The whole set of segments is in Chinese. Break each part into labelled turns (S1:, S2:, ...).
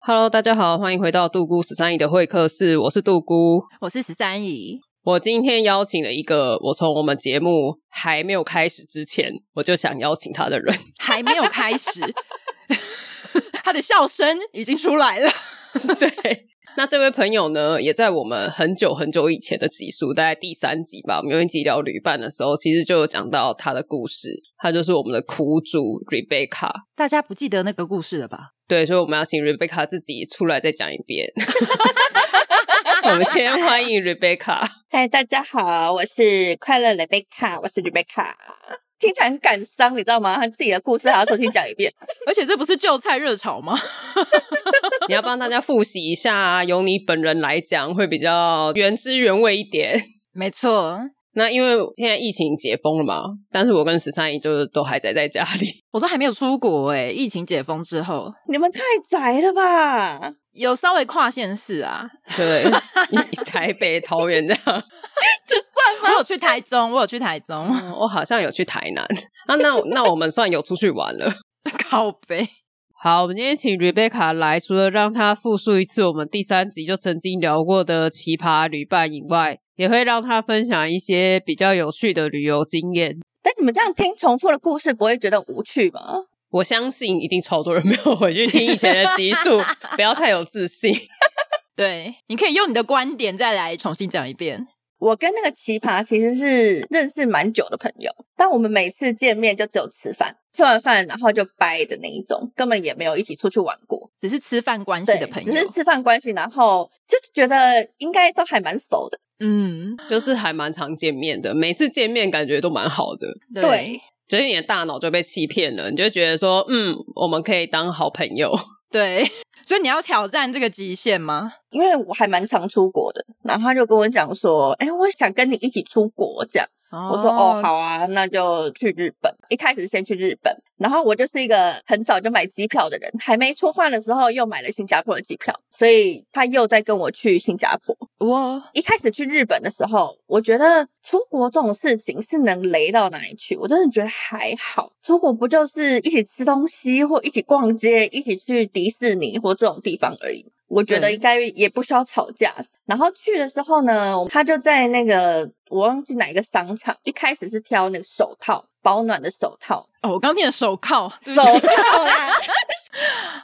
S1: Hello，大家好，欢迎回到杜姑十三姨的会客室，我是杜姑。
S2: 我是十三姨，
S1: 我今天邀请了一个我从我们节目还没有开始之前我就想邀请他的人，
S2: 还没有开始， 他的笑声已经出 来了。
S1: 对。那这位朋友呢，也在我们很久很久以前的集数，大概第三集吧，我们有一集聊旅伴的时候，其实就有讲到他的故事。他就是我们的苦主 Rebecca。
S2: 大家不记得那个故事了吧？
S1: 对，所以我们要请 Rebecca 自己出来再讲一遍。 我们先欢迎 Rebecca。
S3: 嗨，大家好，我是快乐雷贝卡，我是吕贝卡。听起来很感伤，你知道吗？他自己的故事还要重新讲一遍。
S2: 而且这不是旧菜热炒吗？
S1: 你要帮大家复习一下啊，由你本人来讲会比较原汁原味一点。
S2: 没错，
S1: 那因为现在疫情解封了嘛，但是我跟十三姨就是都还宅在家里。
S2: 我都还没有出国哎、疫情解封之后
S3: 你们太宅了吧？
S2: 有稍微跨县市啊，
S1: 对， 台北、桃园这样。
S2: 我有去台中，我有去台中，
S1: 我好像有去台南啊，那那我们算有出去玩了。
S2: 靠北。
S1: 好，我们今天请 Rebecca 来，除了让她复述一次我们第三集就曾经聊过的奇葩旅伴以外，也会让她分享一些比较有趣的旅游经验。
S3: 但你们这样听重复的故事，不会觉得无趣吗？
S1: 我相信一定超多人没有回去听以前的集 数，不要太有自信。
S2: 对，你可以用你的观点再来重新讲一遍。
S3: 我跟那个奇葩其实是认识蛮久的朋友，但我们每次见面就只有吃饭，吃完饭然后就掰的那一种，根本也没有一起出去玩过。
S2: 只是吃饭关系
S3: 对
S2: 的朋
S3: 只是
S2: 友，
S3: 吃饭关系，然后就觉得应该都还蛮熟的。
S2: 嗯，
S1: 就是还蛮常见面的，每次见面感觉都蛮好的，
S2: 对，
S3: 对
S1: 所以你的大脑就被欺骗了，你就觉得说，嗯，我们可以当好朋友。
S2: 对， 所以你要挑战这个极限吗？
S3: 因为我还蛮常出国的，然后他就跟我讲说，哎、我想跟你一起出国这样。我说哦，好啊，那就去日本。一开始先去日本，然后我就是一个很早就买机票的人，还没出发的时候又买了新加坡的机票，所以他又在跟我去新加坡。
S2: 哦我
S3: 一开始去日本的时候，我觉得出国这种事情是能雷到哪里去，我真的觉得还好。出国不就是一起吃东西，或一起逛街，一起去迪士尼或这种地方而已。我觉得
S1: 对
S3: 应该也不需要吵架。然后去的时候呢，他就在那个我忘记哪一个商场，一开始是挑那个手套，保暖的手套，
S2: 哦，我刚念手铐，
S3: 手套啦。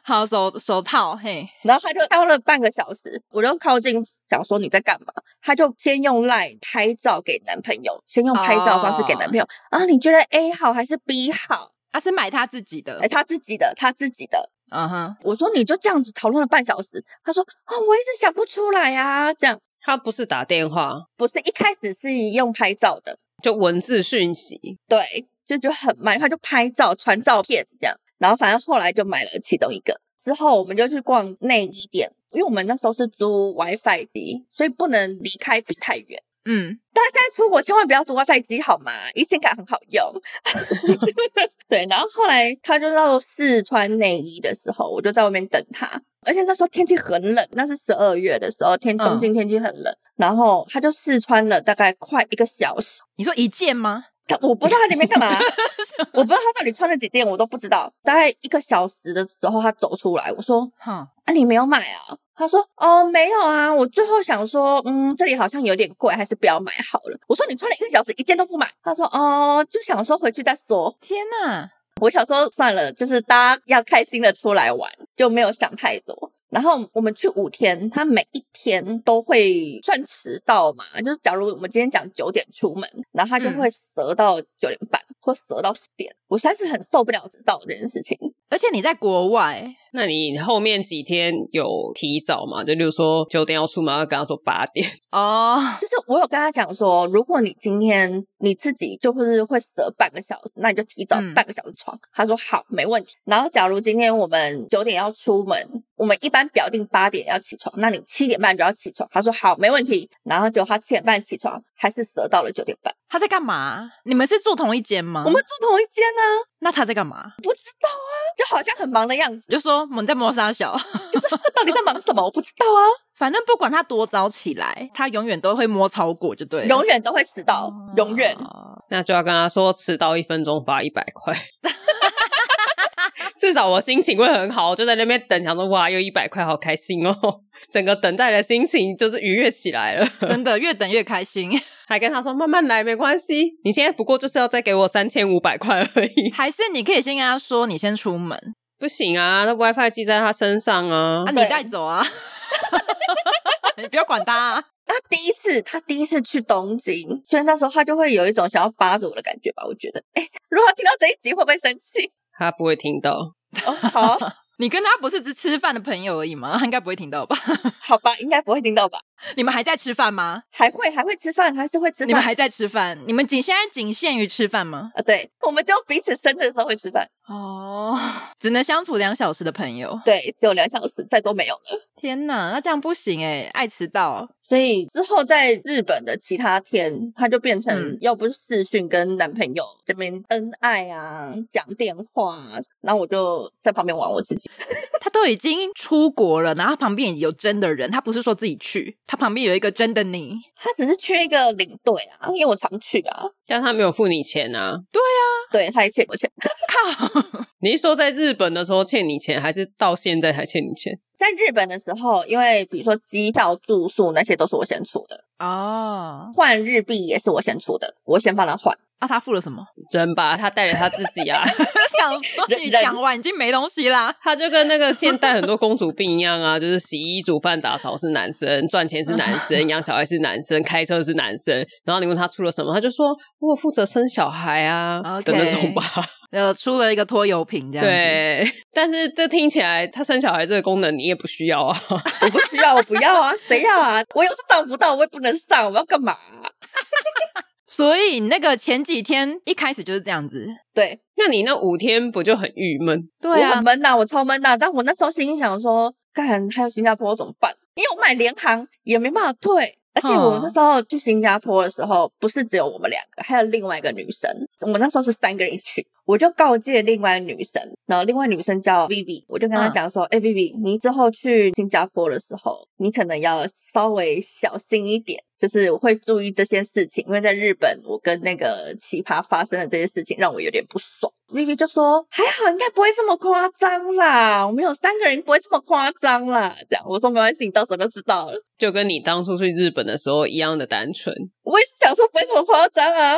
S2: 好手手套，嘿，
S3: 然后他就挑了半个小时，我就靠近想说你在干嘛，他就先用 line 拍照给男朋友，先用拍照方式给男朋友、啊，你觉得 A 好还是 B 好？
S2: 他啊是买他自己的
S3: 哎，，他自己的，他自己的。
S2: 嗯哼，
S3: 我说你就这样子讨论了半小时，他说啊、我一直想不出来啊，这样
S1: 他不是打电话，
S3: 不是一开始是用拍照的，
S1: 就文字讯息，
S3: 对，就觉得很慢，他就拍照传照片这样，然后反正后来就买了其中一个。之后我们就去逛内衣店，因为我们那时候是租 WiFi 机，所以不能离开不是太远。
S2: 嗯，
S3: 大家现在出国千万不要租 WiFi 机好吗？一心感很好用。 对，然后后来他就到试穿内衣的时候，我就在外面等他。而且那时候天气很冷，那是十二月的时候，天东京天气很冷。然后他就试穿了大概快一个小时，
S2: 你说一件吗？
S3: 他我不知道他里面干嘛，我不知道他到底穿了几件，我都不知道。大概一个小时的时候，他走出来，我说
S2: 哈，
S3: 啊，你没有买啊？他说，哦，没有啊，我最后想说，嗯，这里好像有点贵，还是不要买好了。我说你穿了一个小时，一件都不买。他说，哦，就想说回去再说。
S2: 天哪，
S3: 我想说算了，就是大家要开心的出来玩，就没有想太多。然后我们去五天，他每一天都会算迟到嘛，就是假如我们今天讲九点出门，然后他就
S2: 嗯
S3: 会折到九点半、或折到十点，我实在是很受不了迟到这件事情。
S2: 而且你在国外，
S1: 那你后面几天有提早吗？就例如说九点要出门，要跟他说八点，
S2: 哦，
S3: 就是我有跟他讲说，如果你今天你自己就是会折半个小时，那你就提早
S2: 嗯
S3: 半个小时床。他说好，没问题。然后假如今天我们九点要出门，我们一般表定八点要起床，那你七点半就要起床。他说好，没问题。然后就他七点半起床，还是折到了九点半。
S2: 他在干嘛？你们是住同一间吗？
S3: 我们住同一间呢、
S2: 那他在干嘛？
S3: 不知道啊，就好像很忙的样子。
S2: 就说我们在磨砂小，
S3: 他到底在忙什么？我不知道啊，
S2: 反正不管他多早起来，他永远都会摸超过，就对了，哦
S3: 永远都会迟到，永远。
S1: 那就要跟他说迟到一分钟罚一百块。 至少我心情会很好，我就在那边等，想说哇，又一百块，好开心哦！整个等待的心情就是愉悦起来了。
S2: 真的越等越开心，
S1: 还跟他说慢慢来，没关系，你现在不过就是要再给我三千五百块而已。
S2: 还是你可以先跟他说你先出门，
S1: 不行啊，那 WiFi 记在他身上啊
S2: 啊，。你
S3: 哦对
S2: 带走啊， 你不要管他、啊。
S3: 他第一次，他第一次去东京，所以那时候他就会有一种想要扒着我的感觉吧。我觉得，哎，如果他听到这一集会不会生气？
S1: 他不会听到，
S3: 哦，好，
S2: 你跟他不是只吃饭的朋友而已吗？他应该不会听到吧？
S3: 好吧，应该不会听到吧？
S2: 你们还在吃饭吗？
S3: 还会还会吃饭，还是会吃
S2: 你们
S3: 饭？
S2: 还在吃饭？你们仅现在仅限于吃饭吗？
S3: 啊，对，我们只有彼此生日的时候会吃饭，
S2: 哦， 只能相处两小时的朋友。
S3: 对，只有两小时，再多没有了。
S2: 天哪，那这样不行哎，爱迟到。
S3: 所以之后在日本的其他天，他就变
S2: 嗯
S3: 成要不是视讯跟男朋友这边恩爱啊，讲电话、啊，然后我就在旁边玩我自己。
S2: 他都已经出国了，然后旁边有真的人，他不是说自己去，他旁边有一个真的你。
S3: 他只是缺一个领队啊，因为我常去啊，
S1: 但他没有付你钱啊。
S3: 对他也欠我钱。
S2: 靠，
S1: 你是说在日本的时候欠你钱，还是到现在才欠你钱？
S3: 在日本的时候，因为比如说机票、住宿那些都是我先出的，
S2: 哦，
S3: 换日币也是我先出的，我先帮他换。
S2: 啊，他付了什么？
S1: 人吧，他带着他自己啊，
S2: 想说
S3: 人
S2: 你
S3: 人
S2: 讲完已经没东西啦。
S1: 他就跟那个现代很多公主病一样啊，就是洗衣、煮饭、打扫是男生，赚钱是男生，养小孩是男生，开车是男生。然后你问他出了什么，他就说我负责生小孩啊
S2: OK
S1: 的那种吧。
S2: 呃，出了一个拖油瓶这样 子。
S1: 对，但是这听起来他生小孩这个功能你也不需要啊。
S3: 我不需要，我不要啊，谁要啊？我又上不到，我也不能上，我要干嘛啊、
S2: 所以那个前几天一开始就是这样子。
S3: 对，
S1: 那你那五天不就很郁闷？
S2: 对
S3: 我
S2: 啊
S3: 很，闷呐、我超闷呐、但我那时候心里想说，干，还有新加坡怎么办？因为我买联航也没办法退。而且我
S2: 嗯
S3: 那时候去新加坡的时候，不是只有我们两个，还有另外一个女生。我们那时候是三个人一起去，我就告诫另外女生，然后另外女生叫 Vivi，我就跟她
S2: 嗯
S3: 讲说：“哎、v i v i 你之后去新加坡的时候，你可能要稍微小心一点，就是我会注意这些事情，因为在日本，我跟那个奇葩发生的这些事情让我有点不爽。”Vivi 就说：“还好，应该不会这么夸张啦，我们有三个人，不会这么夸张啦。”这样我说：“没关系，你到时候就知道了。”
S1: 就跟你当初去日本的时候一样的单纯。
S3: 我也是想说不会这么夸张啊，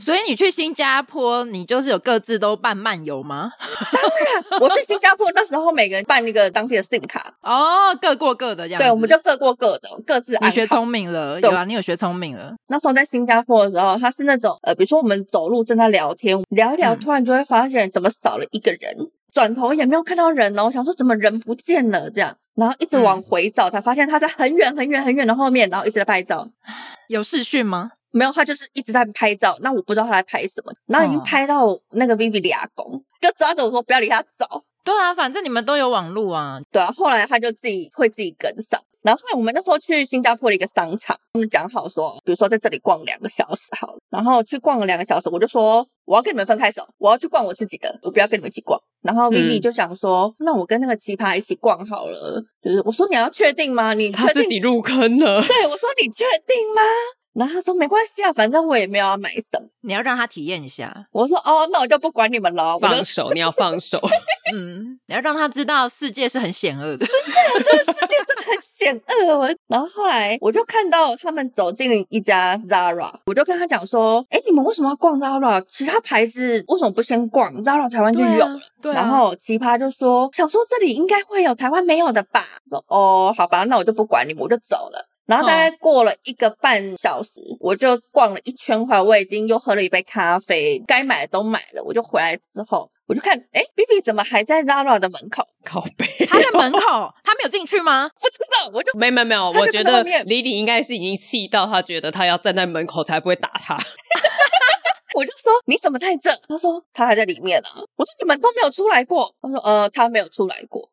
S2: 所以你去新加坡，你就是有各自都办漫游吗？
S3: 我去新加坡那时候，每个人办一个当地的 SIM 卡，
S2: 哦，各过各的这样子。
S3: 对，我们就各过各的，各自
S2: 你
S3: 安
S2: 学
S3: 好。
S2: 聪明了，
S3: 对
S2: 有啊，你有学聪明了。
S3: 那时候在新加坡的时候，他是那种呃，比如说我们走路正在聊天，聊一聊，
S2: 嗯
S3: 突然就会发现怎么少了一个人，转头也没有看到人哦，我想说怎么人不见了这样，然后一直
S2: 嗯
S3: 往回找，才发现他在很远很远很远的后面，然后一直在拍照。
S2: 有视讯吗？
S3: 没有，他就是一直在拍照，那我不知道他在拍什么，然后已经
S2: 哦
S3: 拍到那个 Vivi 俩公，就抓着我说不要理他走，
S2: 对啊，反正你们都有网路啊。
S3: 对啊，后来他就自己会自己跟上。然后后来我们那时候去新加坡的一个商场，他们讲好说，比如说在这里逛两个小时好了，然后去逛了两个小时，我就说我要跟你们分开走，我要去逛我自己的，我不要跟你们一起逛。然
S1: 嗯
S3: 后 Vivi 就想说，那我跟那个奇葩一起逛好了，就是我说你要确定吗？你
S1: 他
S3: 确
S1: 自
S3: 定？
S1: 己入坑了，
S3: 对我说你确定吗？然后他说没关系啊，反正我也没有要买什么。
S2: 你要让他体验一下，
S3: 我说哦，那我就不管你们了，我就
S1: 放手，你要放手。
S2: 嗯，你要让他知道世界是很险恶的。
S3: 这个世界真的很险恶。我然后后来我就看到他们走进一家 Zara，我就跟他讲说：“哎，你们为什么要逛 Zara？其他牌子为什么不先逛？Zara 台湾就有。
S2: 啊，对啊
S3: 然后奇葩就说：“想说这里应该会有台湾没有的吧？”说：“哦，好吧，那我就不管你们，我就走了。”然
S2: 哦
S3: 后大概过了一个半小时，我就逛了一圈回来，我已经又喝了一杯咖啡，该买的都买了。我就回来之后，我就看，哎，B B 怎么还在 Zara 的门口？
S1: 靠背，
S2: 他在门口，他没有进去吗？
S3: 不知道，我就
S1: 没没没有，
S3: 他就
S1: 我觉
S3: 站在
S1: 得
S3: 外面
S1: 李李应该是已经气到他觉得他要站在门口才不会打他。
S3: 我就说你怎么在这？他说他还在里面啊。我说你们都没有出来过。他说呃，他没有出来过。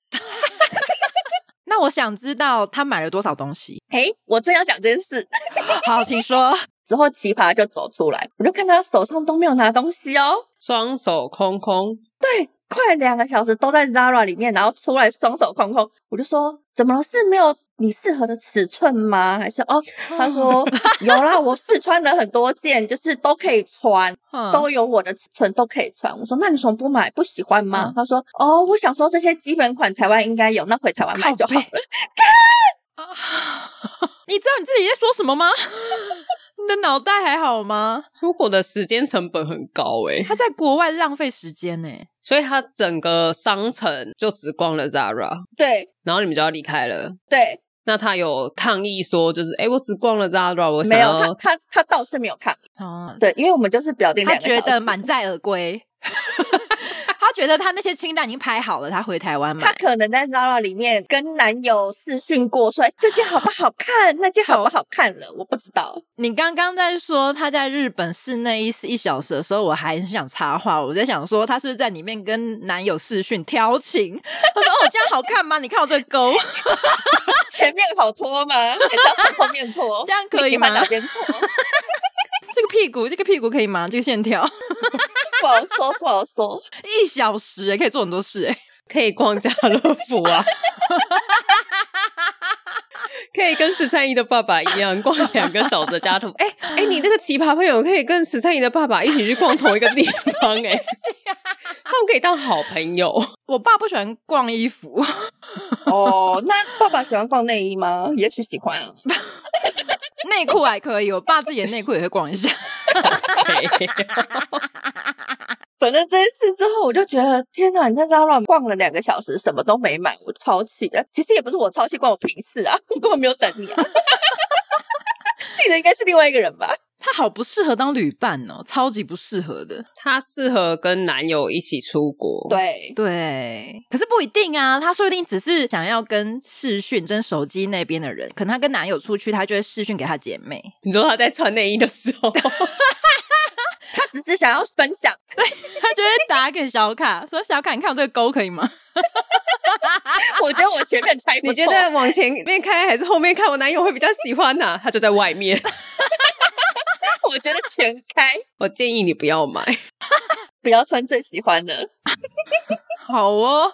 S2: 那我想知道他买了多少东西。
S3: 诶，我正要讲这件事，
S2: 好，请说。
S3: 之后奇葩就走出来，我就看他手上都没有拿东西哦。
S1: 双手空空，
S3: 对，快两个小时都在 Zara 里面，然后出来双手空空。我就说怎么了？是没有你适合的尺寸吗？还是哦？他说有啦，我试穿了很多件，就是都可以穿。
S2: 嗯
S3: 都有我的尺寸，都可以穿。我说那你为什么不买？不喜欢吗？
S2: 嗯
S3: 他说哦，我想说这些基本款台湾应该有，那回台湾买就好
S2: 靠
S3: 了
S2: 背。你知道你自己在说什么 吗？你的脑袋还好吗？
S1: 出国的时间成本很高诶、
S2: 他在国外浪费时间呢、
S1: 所以他整个商城就只逛了 Zara，
S3: 对
S1: 然后你们就要离开了。
S3: 对，
S1: 那他有抗议说，就是诶、我只逛了 Zara，我想
S3: 没有他
S1: 要
S3: 他他倒是没有看，
S2: 哦，
S3: 对，因为我们就是表定
S2: 他
S3: 两个小
S2: 觉
S3: 时。
S2: 得满载而 归。他觉得他那些清单已经拍好了，他回台湾买
S3: 他。可能在 Zara 里面跟男友试训过，说哎这件好不好看，那件好不好看了，我不知道。
S2: 你刚刚在说他在日本室内一一小时的时候，我还很想插话，我在想说他是不是在里面跟男友视讯调情？ 他说：“哦，这样好看吗？你看我这沟。
S3: 前面好拖吗？还是要从后面拖？
S2: 这样可以
S3: 你喜欢
S2: 吗
S3: 哪边拖？
S2: 这个屁股，这个屁股可以吗？这个线条
S3: 不好说，不 好说。
S2: 一小时、欸、可以做很多事、欸，
S1: 可以逛家乐福啊，可以跟十三姨的爸爸一样逛两个小时的家乐福。哎、哎、你这个奇葩朋友可以跟十三姨的爸爸一起去逛同一个地方 哎、
S3: 啊
S1: 他们可以当好朋友。
S2: 我爸不喜欢逛衣服，
S3: 哦，那爸爸喜欢逛内衣吗？也许喜欢啊。
S2: 内裤还可以，我爸自己的内裤也会逛一下。
S3: 反正这一次之后，我就觉得天哪！你在 Zara 逛了两个小时，什么都没买，我超气的。其实也不是我超气，关我屁事啊！我根本没有等你啊！ 气的应该是另外一个人吧？
S2: 他好不适合当旅伴哦，超级不适合的。
S1: 她适合跟男友一起出国，，
S3: 对，
S2: 对，可是不一定啊，他说不定只是想要跟视讯、跟手机那边的人，可能他跟男友出去，他就会视讯给他姐妹。
S1: 你知道她在穿内衣的时候，
S3: 他只是想要分享，
S2: 他就会打给小卡说：“小卡，你看我这个勾可以吗
S3: 我觉得我前面猜 不
S1: 你
S3: 错
S1: 觉得往前面开还是后面开，我男友会比较喜欢呢、他就在外 面，
S3: 我觉得全开，
S1: 我建议你不要买。
S3: 不要穿最喜欢的。？”
S2: 好哦，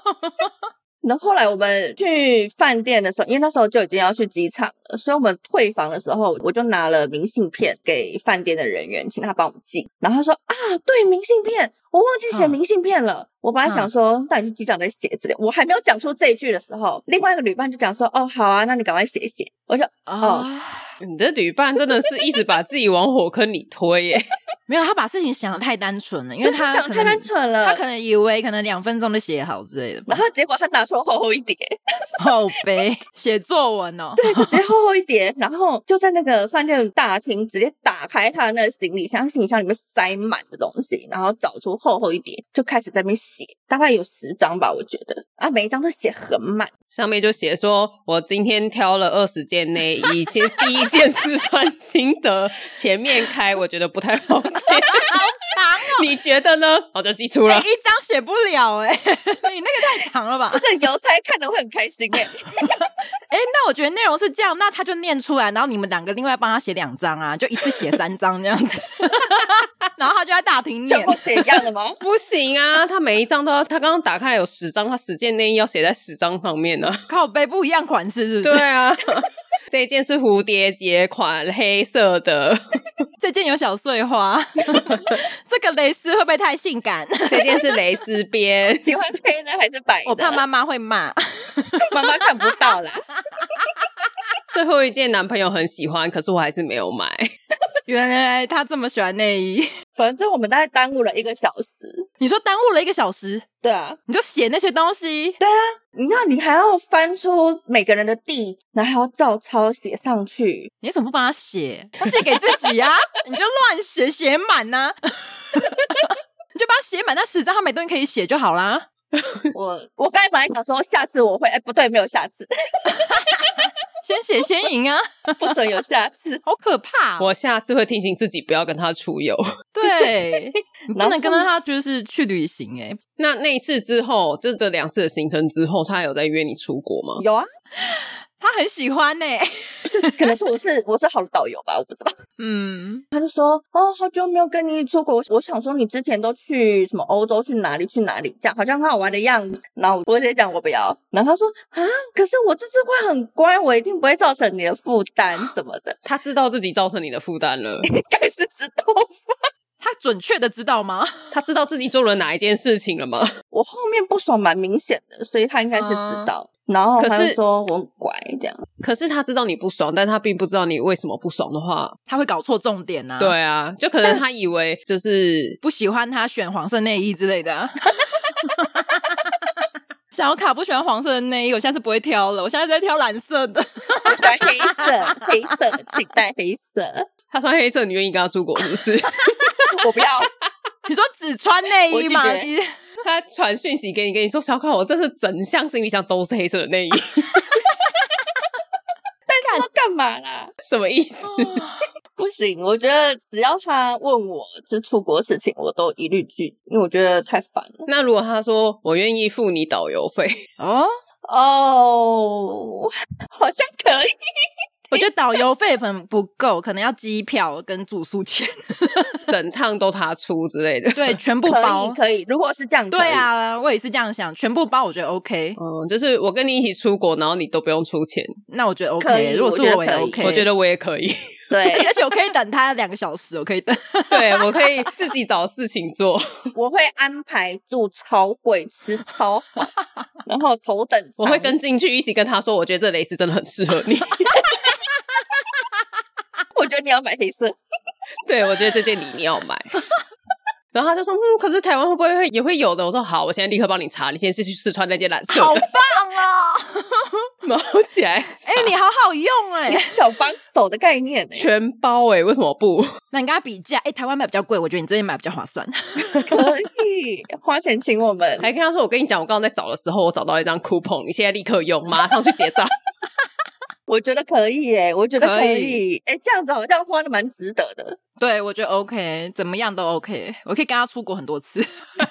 S3: 然后后来我们去饭店的时候，因为那时候就已经要去机场了，所以我们退房的时候，我就拿了明信片给饭店的人员，请他帮我们寄。然后他说啊，对，明信片，我忘记写
S2: 嗯
S3: 明信片了。我本来想说，那你去机场再写之类。我还没有讲出这一句的时候，另外一个旅伴就讲说，哦，好啊，那你赶快写一写。我说
S2: 哦，
S1: 你的旅伴真的是一直把自己往火坑里推耶、
S2: 没有，他把事情想的太单纯了，因为
S3: 对
S2: 他
S3: 讲
S2: 可
S3: 太单
S2: 能
S3: 纯了，
S2: 他可能以为可能两分钟就写好之类的吧
S3: 然，后结果他拿出厚厚一叠，
S2: 好呗，写作文哦，
S3: 对，就直接厚厚一叠，然后就在那个饭店大厅直接打开他的那个行李箱，行李箱里面塞满的东西，然后找出厚厚一叠，就开始在那边写，大概有十张吧，我觉得啊，每一张都写很满，
S1: 上面就写说，我今天挑了二十件内衣，其实第一件是穿新的，前面开我觉得不太方便，
S2: 长哦
S1: 你觉得呢？我就寄出
S2: 哎、
S1: 了。
S2: 一张写不了哎、 你那个太长了吧
S3: 这？个邮差看的会很开心哎、
S2: 哎、那我觉得内容是这样，那他 就念出来，然后你们两个另外帮他写两张啊，就一次写三张这样子，然后他就在大厅
S3: 全
S2: 念
S3: 部，写一样的吗？
S1: 不行啊，他每一张都要，他刚刚打开来有十张，他十件内衣要写在十张上面呢、啊。
S2: 靠背不一样款式是不
S1: 对
S2: 是？
S1: 啊， 这一件是蝴蝶结款，黑色的；
S2: 这件有小碎花， 这个蕾丝会不会太性感？
S1: 这件是蕾丝边。
S3: 喜欢黑的还是白的？
S2: 我怕妈妈会骂。
S3: 妈妈看不到啦。
S1: 最后一件男朋友很喜欢，可是我还是没有买。
S2: 原来他这么喜欢内衣，
S3: 反正我们大概耽误了一个小时。
S2: 你说耽误了一个小时，
S3: 对啊，
S2: 你就写那些东西，
S3: 你看你还要翻出每个人的地，然后还要照抄写上去。
S2: 你怎么不帮他写？他借给自己啊，你就乱写写满呐、 你就把它写满那十张，他每顿可以写就好啦。
S3: 我我刚才本来想说下次我会，哎、不对，没有下次，
S2: 先写先赢啊，
S3: 不准有下次。
S2: 好可怕、哦！
S1: 我下次会提醒自己不要跟他出游。
S2: 对， 你不
S3: 然后
S2: 能跟着他就是去旅行哎、
S1: 那那一次之后，就这两次的行程之后，他有在约你出国吗？
S3: 有啊，
S2: 他很喜欢哎、
S3: 可能是我是我是好的导游吧，我不知道。
S2: 嗯，
S3: 他就说，哦，好久没有跟你出国，我想说你之前都去什么欧洲去哪里去哪里，这样好像很好玩的样子。然后我直接讲我不要，然后他说啊，可是我这次会很乖，我一定不会造成你的负担什么的，
S1: 他知道自己造成你的负担了，
S3: 应该是知道吧。
S2: 他准确的知道吗？
S1: 他知道自己做了哪一件事情了吗？
S3: 我后面不爽蛮明显的，所以他应该是知道。然后
S1: 可
S3: 他就是说我很乖这样，
S1: 可是他知道你不爽，但他并不知道你为什么不爽的话，
S2: 他会搞错重点呐、啊。，
S1: 对啊，就可能他以为就是
S2: 不喜欢他选黄色内衣之类的、 啊。小卡不喜欢黄色的内衣，我下次不会挑了，我现在在挑蓝色 的。
S3: 我喜欢黑色，黑色，请带黑色，
S1: 他穿黑色，你愿意跟他出国是不是？
S3: 我不要。
S2: 你说只穿内衣吗？
S3: 我拒
S2: 你
S1: 他传讯息给你，跟你说小卡，我这次整箱行李箱都是黑色的内衣，
S3: 他干嘛啦？
S1: 什么意思？
S3: 不行，我觉得只要他问我这出国事情，我都一律拒，因为我觉得太烦了。
S1: 那如果他说我愿意付你导游费，
S2: 哦，
S3: 哦、 好像可以，
S2: 我觉得导游费可能不够，可能要机票跟住宿钱，
S1: 整趟都他出之类的。
S2: 对，全部
S3: 可
S2: 包
S3: 以，。可以。如果是这样，
S2: 对，啊，我也是这样想，全部包我觉得 OK，
S1: 嗯，就是我跟你一起出国，然后你都不用出钱，
S2: 那我觉得
S3: 可
S2: OK。
S3: 以
S2: 如果是
S3: 我觉
S2: 我
S3: 得
S2: 也
S3: 可以
S2: OK，
S1: 我觉得我也可 以。
S3: 对，
S2: 而且我可以等他两个小时，哎我可以 等。
S1: 对，我可以自己找事情做。
S3: 我会安排住超贵，吃超好，然后头 等舱
S1: 我会跟进去一起跟他说，我觉得这蕾丝真的很适合你。
S3: 我觉得你要买黑色，
S1: 对，我觉得这件你你要 买。然后他就说，嗯，可是台湾会不会也会有的？我说好，我现在立刻帮你查，你先去试穿那件蓝色
S2: 好
S1: 的，
S2: 棒哦！
S1: 毛 起来，
S2: 哎、你好好用哎、
S3: 小帮手的概念、欸，
S1: 全包哎、为什么不？
S2: 那你跟他比价，哎、台湾买比较贵，我觉得你这边买比较划算。
S3: 可以花钱请我们。
S1: 还跟他说，我跟你讲，我刚刚在找的时候，我找到一张 coupon，你现在立刻用，马上去结账。
S3: 我觉得可以耶，我觉得
S2: 可
S3: 可
S2: 以
S3: 以，哎，这样子好像花的蛮值得的。
S2: 对，我觉得 OK，怎么样都 OK，我可以跟他出国很多 次。
S3: 不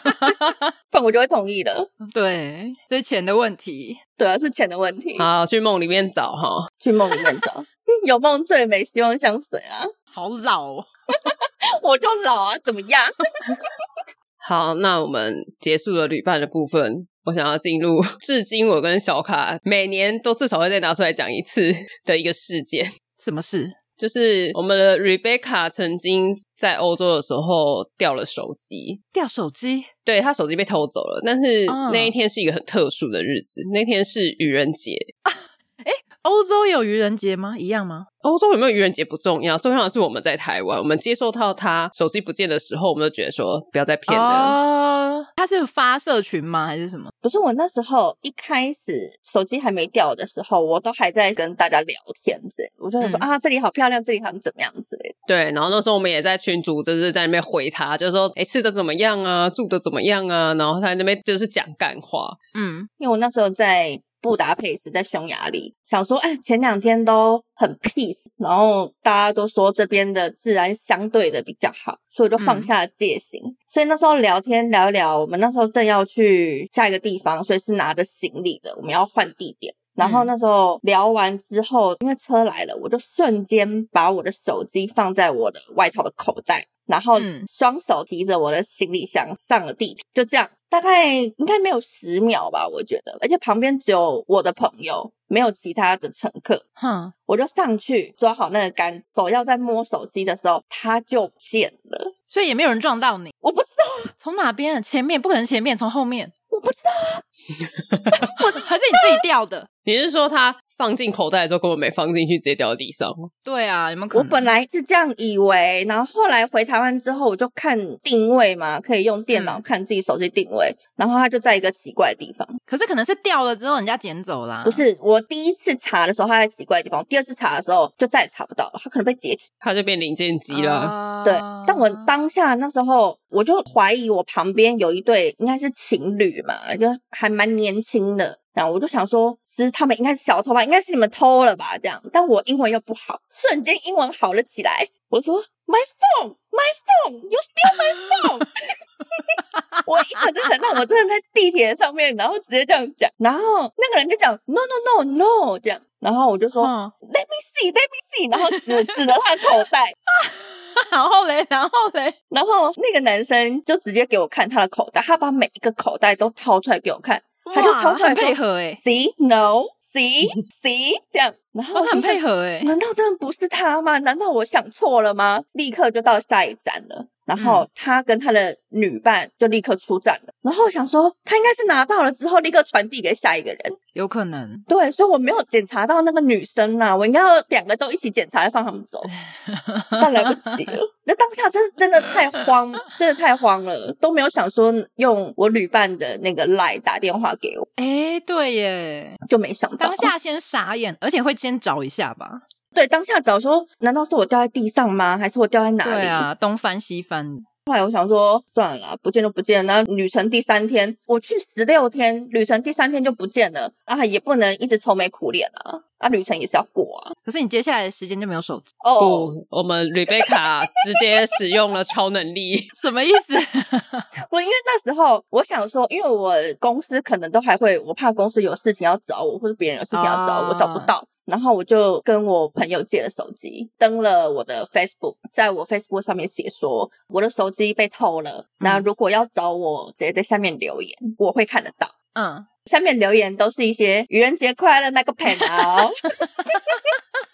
S3: 然我就会同意了。
S2: 对，所以钱的问题，
S3: 对啊，是钱的问题，
S1: 好，去梦里面找哈。
S3: 去梦里面找。 有梦最美，希望相随啊！
S2: 好老、哦。
S3: 我就老啊，怎么样？
S1: 好，那我们结束了旅伴的部分，我想要进入至今我跟小卡每年都至少会再拿出来讲一次 的一个事件。
S2: 什么事？
S1: 就是我们的 Rebecca 曾经在欧洲的时候掉了手机，
S2: 掉手机？
S1: 对她手机被偷走了，但是
S2: 嗯
S1: 那一天是一个很特殊的日子，那天是愚人节。
S2: 欧洲有愚人节吗？一样吗？
S1: 欧洲有没有愚人节不重要，重要的是我们在台湾，我们接受到她手机不见的时候，我们就觉得说不要再骗人。
S2: 哦，他是发社群吗？还是什么？
S3: 不是我那时候一开始手机还没掉的时候，我都还在跟大家聊天之类的，我就想说、
S2: 嗯
S3: 啊，这里好漂亮，这里好像怎么样之类的。
S1: 对，然后那时候我们也在群组，就是在那边回她，就是说哎吃的怎么样啊，住的怎么样啊，然后她在那边就是讲干话，
S2: 嗯，
S3: 因为我那时候在布达佩斯，在匈牙利，想说，哎，前两天都很 peace，然后大家都说这边的治安相对的比较好，所以我就放
S2: 嗯
S3: 下了戒心。所以那时候聊天聊一聊，我们那时候正要去下一个地方，所以是拿着行李的，我们要换地点。然后
S2: 嗯
S3: 那时候聊完之后，因为车来了，我就瞬间把我的手机放在我的外套的口袋，然后
S2: 嗯
S3: 双手提着我的行李箱上了地铁，就这样，大概应该没有十秒吧，我觉得，而且旁边只有我的朋友，没有其他的乘客，
S2: 哼，
S3: 我就上去抓好那个杆，手要在摸手机的时候，它就不见了，
S2: 所以也没有人撞到你，
S3: 我不知道，
S2: 从哪边？前面不可能，前面从后面，
S3: 我不知道，
S2: 还是你自己掉的？
S1: 你是说他放进口袋之后根本没放进去，直接掉到地上吗？
S2: 对啊，有没有可
S3: 我
S2: 能？
S3: 本来是这样以为，然后后来回台湾之后，我就看定位嘛，可以用电脑
S2: 嗯
S3: 看自己手机定位，然后它就在一个奇怪的地方。
S2: 可是可能是掉了之后人家捡走啦。
S3: 不，是我第一次查的时候，它在奇怪的地方；我第二次查的时候，就再也查不到了，它可能被解体。
S1: 他就变零件机了。
S2: 啊
S3: 对，但我当下那时候，我就怀疑我旁边有一对应该是情侣嘛，就还蛮年轻的。然后我就想说，其实他们应该是小偷吧，应该是你们偷了吧？这样，但我英文又不好，瞬间英文好了起来。我说，My phone, my phone, you steal my phone 我英文真的，让我真的在地铁上面，然后直接这样讲，然后那个人就讲 No, no, no, no 这样，然后我就说、
S2: 嗯
S3: Let me see, let me see，然后指指着他的口袋，
S2: 然后嘞，然后嘞，
S3: 然后那个男生就直接给我看他的口袋，他把每一个口袋都掏出来给我看，他就
S2: 哇
S3: 掏出来
S2: 很配
S3: 说
S2: 合哎，
S3: “see no see see” 这样，然后
S2: 哦，
S3: 我
S2: 他很
S3: 心
S2: 配
S3: 想，
S2: 合哎，
S3: 难道真的不是他吗？难道我想错了吗？立刻就到下一站了。然后他跟他的女伴就立刻出站了。然后我想说，他应该是拿到了之后立刻传递给下一个人。
S2: 有可能。
S3: 对，所以我没有检查到那个女生呐、我应该要两个都一起检查，再放他 们走，但来不及了。那当下真是真的太慌，真的太慌了，都没有想说用我旅伴的那个 line 打电话给我，
S2: 哎，对耶，
S3: 就没想到
S2: 当下先傻眼，而且会先找一下吧。
S3: 对当下找说，难道是我掉在地上吗？还是我掉在哪
S2: 对
S3: 里？
S2: 啊，东翻西翻，
S3: 后来我想说，算了啦，不见就不见。那旅程第三天，我去十六天，旅程第三天就不见了啊，也不能一直愁眉苦脸啊，啊，旅程也是要过啊。
S2: 可是你接下来的时间就没有手机，
S3: 哦、
S1: 不，我们 Rebecca 直接使用了超能力。
S2: 什么意思？
S3: 我因为那时候我想说，因为我公司可能都还会，我怕公司有事情要找我，或者别人有事情要找我，
S2: 啊
S3: 我找不到。然后我就跟我朋友借了手机，登了我的 Facebook，在我 Facebook 上面写说我的手机被偷了，那如果要找我，直接在下面留言，我会看得到。
S2: 嗯，
S3: 下面留言都是一些愚人节快乐，卖个盆哦。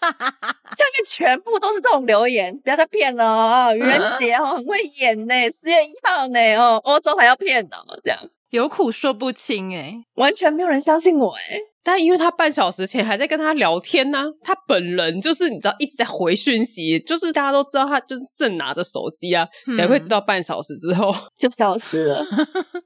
S3: 下面全部都是这种留言，不要再骗了哦！愚人节哦，很会演呢，十月一号呢哦，欧洲还要骗呢，哦这样
S2: 有苦说不清哎，
S3: 完全没有人相信我哎。
S1: 但因为他半小时前还在跟他聊天呢、他本人就是你知道一直在回讯息，就是大家都知道他就是正拿着手机啊，
S2: 嗯
S1: 谁会知道半小时之后
S3: 就消失了，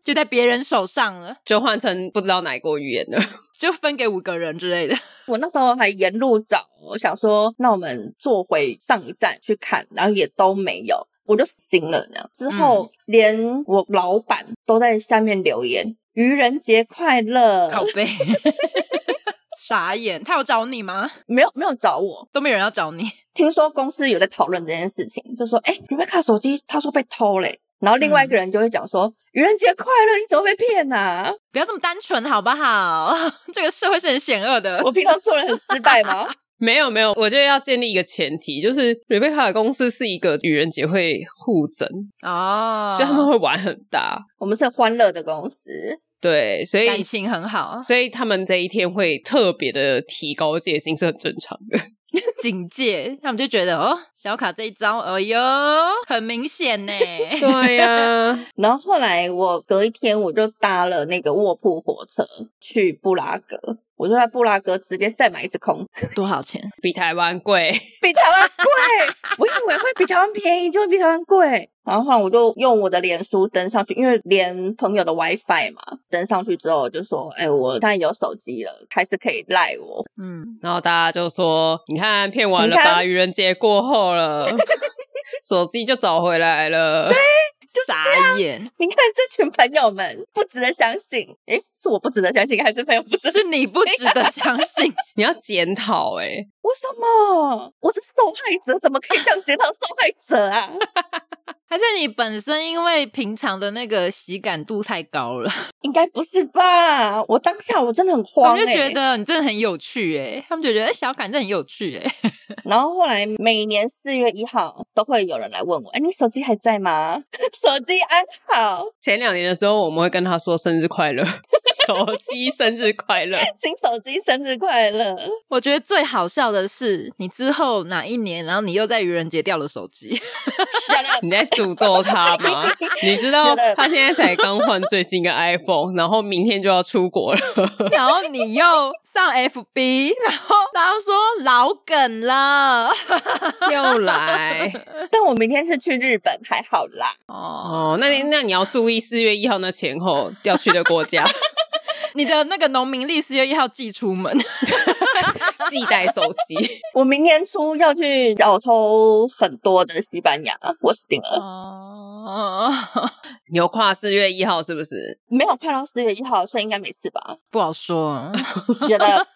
S2: 就在别人手上了，
S1: 就换成不知道哪一国语言了？
S2: 就分给五个人之类的。
S3: 我那时候还沿路找，我想说，那我们坐回上一站去看，然后也都没有，我就醒了。这样之后，连我老板都在下面留言：“愚人节快乐
S2: 靠背， 傻眼，他有找你吗？”，
S3: 没有没有找我，
S2: 都没有人要找你，
S3: 听说公司有在讨论这件事情，就说：“哎、r e b e c c a 手机，他说被偷嘞、然后另外一个人就会讲说：“愚人节快乐，你怎么被骗呐、
S2: 不要这么单纯好不好？ 这个社会是很险恶的
S3: 我。平常做人很失败吗
S1: 没有没有，我觉得要建立一个前提，就是 Rebecca 的公司是一个愚人节会互整，
S2: 哦，
S1: 所以他们会玩很大，？”
S3: 我们是欢乐的公司，
S1: 对，所以
S2: 感情很好，
S1: 所以他们这一天会特别的提高戒心是很正常的。
S2: 警戒，他们就觉得哦，小卡这一招，哎呦，很明显呢。
S1: 对呀、
S3: 然后后来我隔一天我就搭了那个卧铺火车去布拉格，我就在布拉格直接再买一只空，
S2: 多少钱？
S1: 比台湾贵。
S3: 比台湾贵，我以为会比台湾便宜，就会比台湾贵。然后后来我就用我的脸书登上去，因为连朋友的 WiFi 嘛，登上去之后我就说：“哎、我现在有手机了，还是可以赖我。”
S2: 嗯，
S1: 然后大家就说：“你看，骗完了
S3: 你
S1: 吧？
S3: 看
S1: 愚人节过后了，手机就找回来了。
S2: 傻眼，
S3: 你看这群朋友们不值得相信，诶，是我不值得相信，还是朋友不值得相
S2: 是
S3: 信？
S2: 你不值得相信。
S1: 你要检讨哎、
S3: 为什么？我是受害者，怎么可以这样检讨受害者啊？
S2: 还是你本身因为平常的那个喜感度太高了，
S3: 应该不是吧？我当下我真的很
S2: 我
S3: 慌、欸，
S2: 就觉得你真的很有趣哎、他们就觉得、哎小侃真的很有趣 哎、
S3: 然后后来每年四月一号都会有人来问我，哎，你手机还在吗？ 手机安好，
S1: 前两年的时候，我们会跟他说生日快乐， 手机生日快乐。
S3: 新手机生日快乐。
S2: 我觉得最好笑的是你之后哪一年，然后你又在愚人节掉了手机，
S3: Shut up！
S1: 你在诅咒他 吗？你知道他现在才刚换最新的 iPhone，然后明天就要出 国了。
S2: 然后你又上 FB，然后然后说老梗 了
S1: 又 来
S3: 但我明天是去日本，还好啦。
S2: 哦，
S1: 哦，那你那你要注意四月一号那前后要去的国 家，
S2: 你的那个农民历四月一号寄出门，
S1: 寄带手机。
S3: 我明天初要去小偷很多的西班牙，我死定了。
S2: 哦，
S1: 你有跨四月一号是不是？
S3: 没有快到四月一号，所以应该没事吧？
S2: 不好说。
S3: 觉得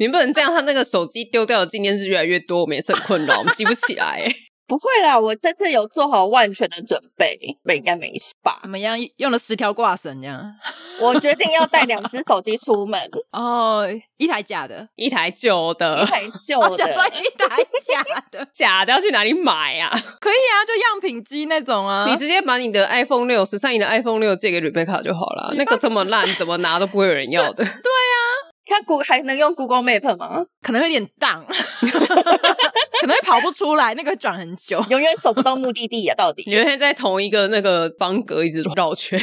S1: 你不能这样，他那个手机丢掉的纪念日越来越多，我们也是很困扰，我们记不起 来。
S3: 不会啦，我这次有做好万全的准备，应该没事吧
S2: 怎？么样？用了十条挂绳这样？
S3: 我决定要带两只手机出门，
S2: 哦，一台假的，
S1: 一台旧的。
S3: 太 旧
S2: 我想
S3: 的。
S2: 说一台假 的，
S1: 假的要去哪里买啊？
S2: 可以啊，就样品机那种啊。
S1: 你直接把你的 iPhone 六十三你的 iPhone 六借给 Rebecca 就好 了，那个这么烂，怎么拿都不会有人要的。
S3: 看 Google 还能用 Google Map 吗？
S2: 可能会有点荡， 可能会跑不出来，那个会转很久。
S3: 永远走不到目的地呀、到
S1: 你
S3: 底
S1: 永远在同一个那个方格一直绕圈，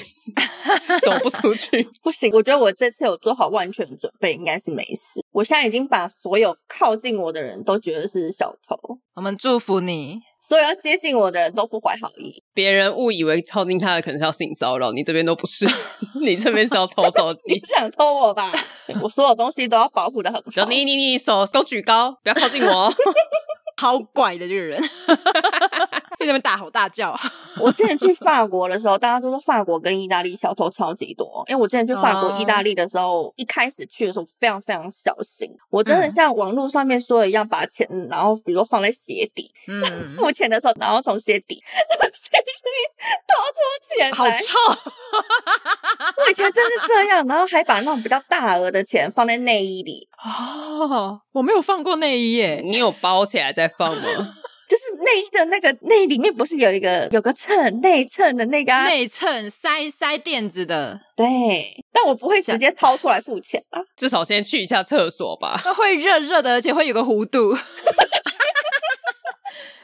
S1: 走不出去。
S3: 不行。我觉得我这次有做好万全的准备，应该是没事。我现在已经把所有靠近我的人都觉得是小偷，
S2: 我们祝福你，
S3: 所有要接近我的人都不怀好意。
S1: 别人误以为靠近他的可能是要性骚扰，你这边都不 是，你这边是要偷手
S3: 你
S1: 机。
S3: 想偷我吧？我所有东西都要保护的很
S1: 就
S3: 好。
S1: 你你你手都举高，不要靠近 我。哦
S2: 好 怪的这个 人，在那边大吼大叫。
S3: 我之前去法国的时候，大家都说法国跟意大利小偷超级多。因为我之前去法国、
S2: 哦
S3: 意大利的时候，一开始去的时候非常非常小心，我真的
S2: 嗯
S3: 像网络上面说的一样，把钱然后比如说放在鞋底，
S2: 嗯，
S3: 付钱的时候，然后从鞋底 从鞋底掏出
S2: 好
S3: 钱来。
S2: 臭，
S3: 我以前真是这样，然后还把那种比较大额的钱放在内衣里，
S2: 哦，我没有放过内衣耶。
S1: 你有包起来再放吗？
S3: 就是内衣的那个内衣里面不是有一个有个衬内衬的那个、啊、
S2: 内衬塞塞垫子的，
S3: 对，但我不会直接掏出来付钱啊。
S1: 至少先去一下厕所吧。
S2: 它会热热的，而且会有个弧度。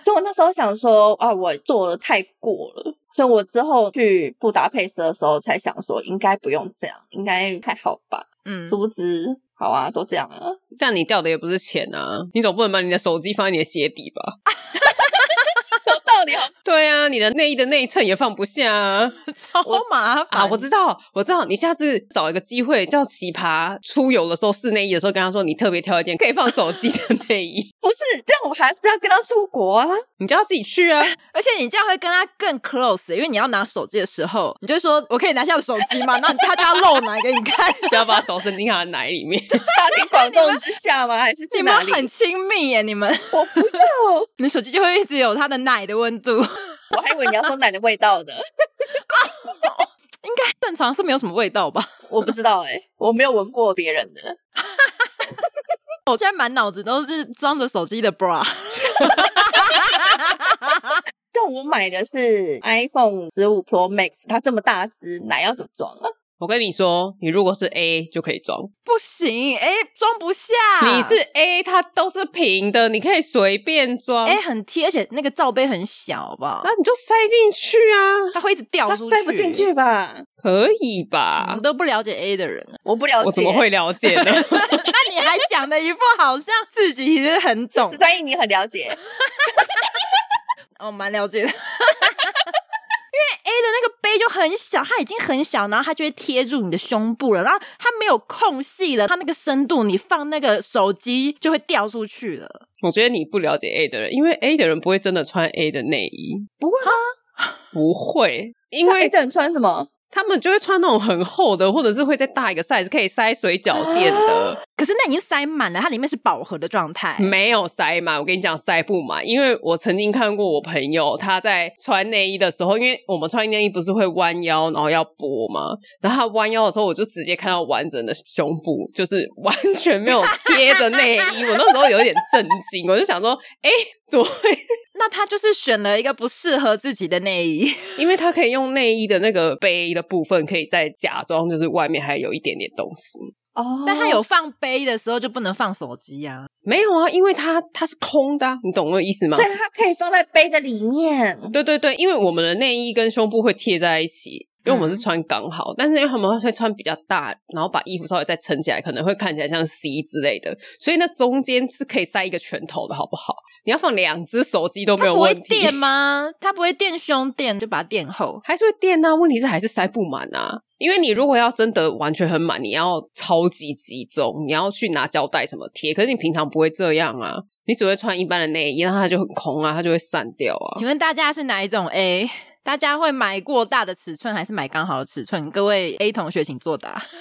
S3: 所以我那时候想说啊，我做的太过了，所以我之后去布达佩斯的时候才想说，应该不用这样，应该还好吧。
S2: 嗯，
S3: 殊不知，好啊，都这样了。
S1: 但你掉的也不是钱啊，你总不能把你的手机放在你的鞋底吧？
S3: 有道理哦，
S1: 对啊，你的内衣的内衬也放不下啊！
S2: 超麻烦
S1: 啊，我知道，我知道，你下次找一个机会叫奇葩出游的时候试内衣的时候，跟他说你特别挑一件可以放手机的内衣，
S3: 不是这样，我还是要跟他出国啊。
S1: 你叫他自己去啊。
S2: 而且你这样会跟他更 close，因为你要拿手机的时候，你就说我可以拿下我的手机吗？然后他就要露奶给你看，
S1: 就要把手伸进他的奶里面。
S3: 大庭广众之下吗？还是
S2: 你
S3: 去
S2: 们
S3: 哪里？
S2: 很亲密耶，你们，
S3: 我不要，
S2: 你手机就会一直有他的奶的温度。
S3: 我还以为你要说奶的味道的，
S2: 正常是没有什么味道吧？
S3: 我不知道哎、我没有闻过别人的。
S2: 我现在满脑子都是装着手机的 bra，
S3: 像我买的是 iPhone 十五 Pro Max，它这么大只，奶要怎么装啊？
S1: 我跟你说，你如果是 A 就可以装，
S2: 不行，哎、装不下。
S3: 啊
S1: 你是 A，它都是平的，你可以随便装。
S2: 哎、很贴，而且那个罩杯很小吧
S1: 那？你就塞进去啊，
S2: 它会一直掉
S3: 它
S2: 出去，
S3: 塞不进去啊吧？
S1: 可以吧
S2: 你？都不了解 A 的人，
S3: 我不嗯了解，
S1: 我怎么会了解呢？
S2: 那你还讲的一副好像自己其实很懂
S3: 十，三亿你很了解，
S2: 哦，蛮了解的。因为 A 的那个杯就很小，它已经很小，然后它就会贴住你的胸部了，然后它没有空隙了，它那个深度你放那个手机就会掉出去了。
S1: 我觉得你不了解 A 的人，因为 A 的人不会真的穿 A 的内衣，
S3: 不会吗？
S1: 不会，因
S3: 因为
S1: 为
S3: 的人穿什么？
S1: 他们就会穿那种很厚的，或者是会再大一个 size 可以塞水饺店的。
S2: 可是那已经塞满了，它里面是饱和的状态。
S3: 嗯
S1: 没有塞满，我跟你讲塞不满，因为我曾经看过我朋友他在穿内衣的时候，因为我们穿内衣不是会弯腰，然后要拨吗？然后他弯腰的时候，我就直接看到完整的胸部，就是完全没有贴着内衣。我那时候有点震惊，我就想说，哎、对，
S2: 那他就是选了一个不适合自己的内衣，
S3: 哦
S1: 因为他可以用内衣的那个背的部分，可以再假装就是外面还有一点点东西。
S3: 哦
S2: 但他有放杯的时候就不能放手机啊。
S1: 没有啊，因为它它是空的啊、你懂我的意思吗？
S3: 对，它可以放在杯的里面。
S1: 对对对，因为我们的内衣跟胸部会贴在一起，因为我们是
S2: 嗯
S1: 穿刚好，但是因为他们会穿比较大，然后把衣服稍微再撑起来，可能会看起来像 C 之类的，所以那中间是可以塞一个拳头的，好不好？你要放两只手机都没
S2: 他
S1: 有
S2: 不会
S1: 问题，
S2: 垫吗？他不会垫胸垫，就把它垫厚。
S1: 还是会垫啊，问题是还是塞不满啊。因为你如果要真的完全很满，你要超级集中，你要去拿胶带什么贴，可是你平常不会这样啊，你只会穿一般的内衣，那它就很空啊，它就会散掉啊。
S2: 请问大家是哪一种 A？大家会买过大的尺寸还是买刚好的尺寸？各位 A 同学请作答。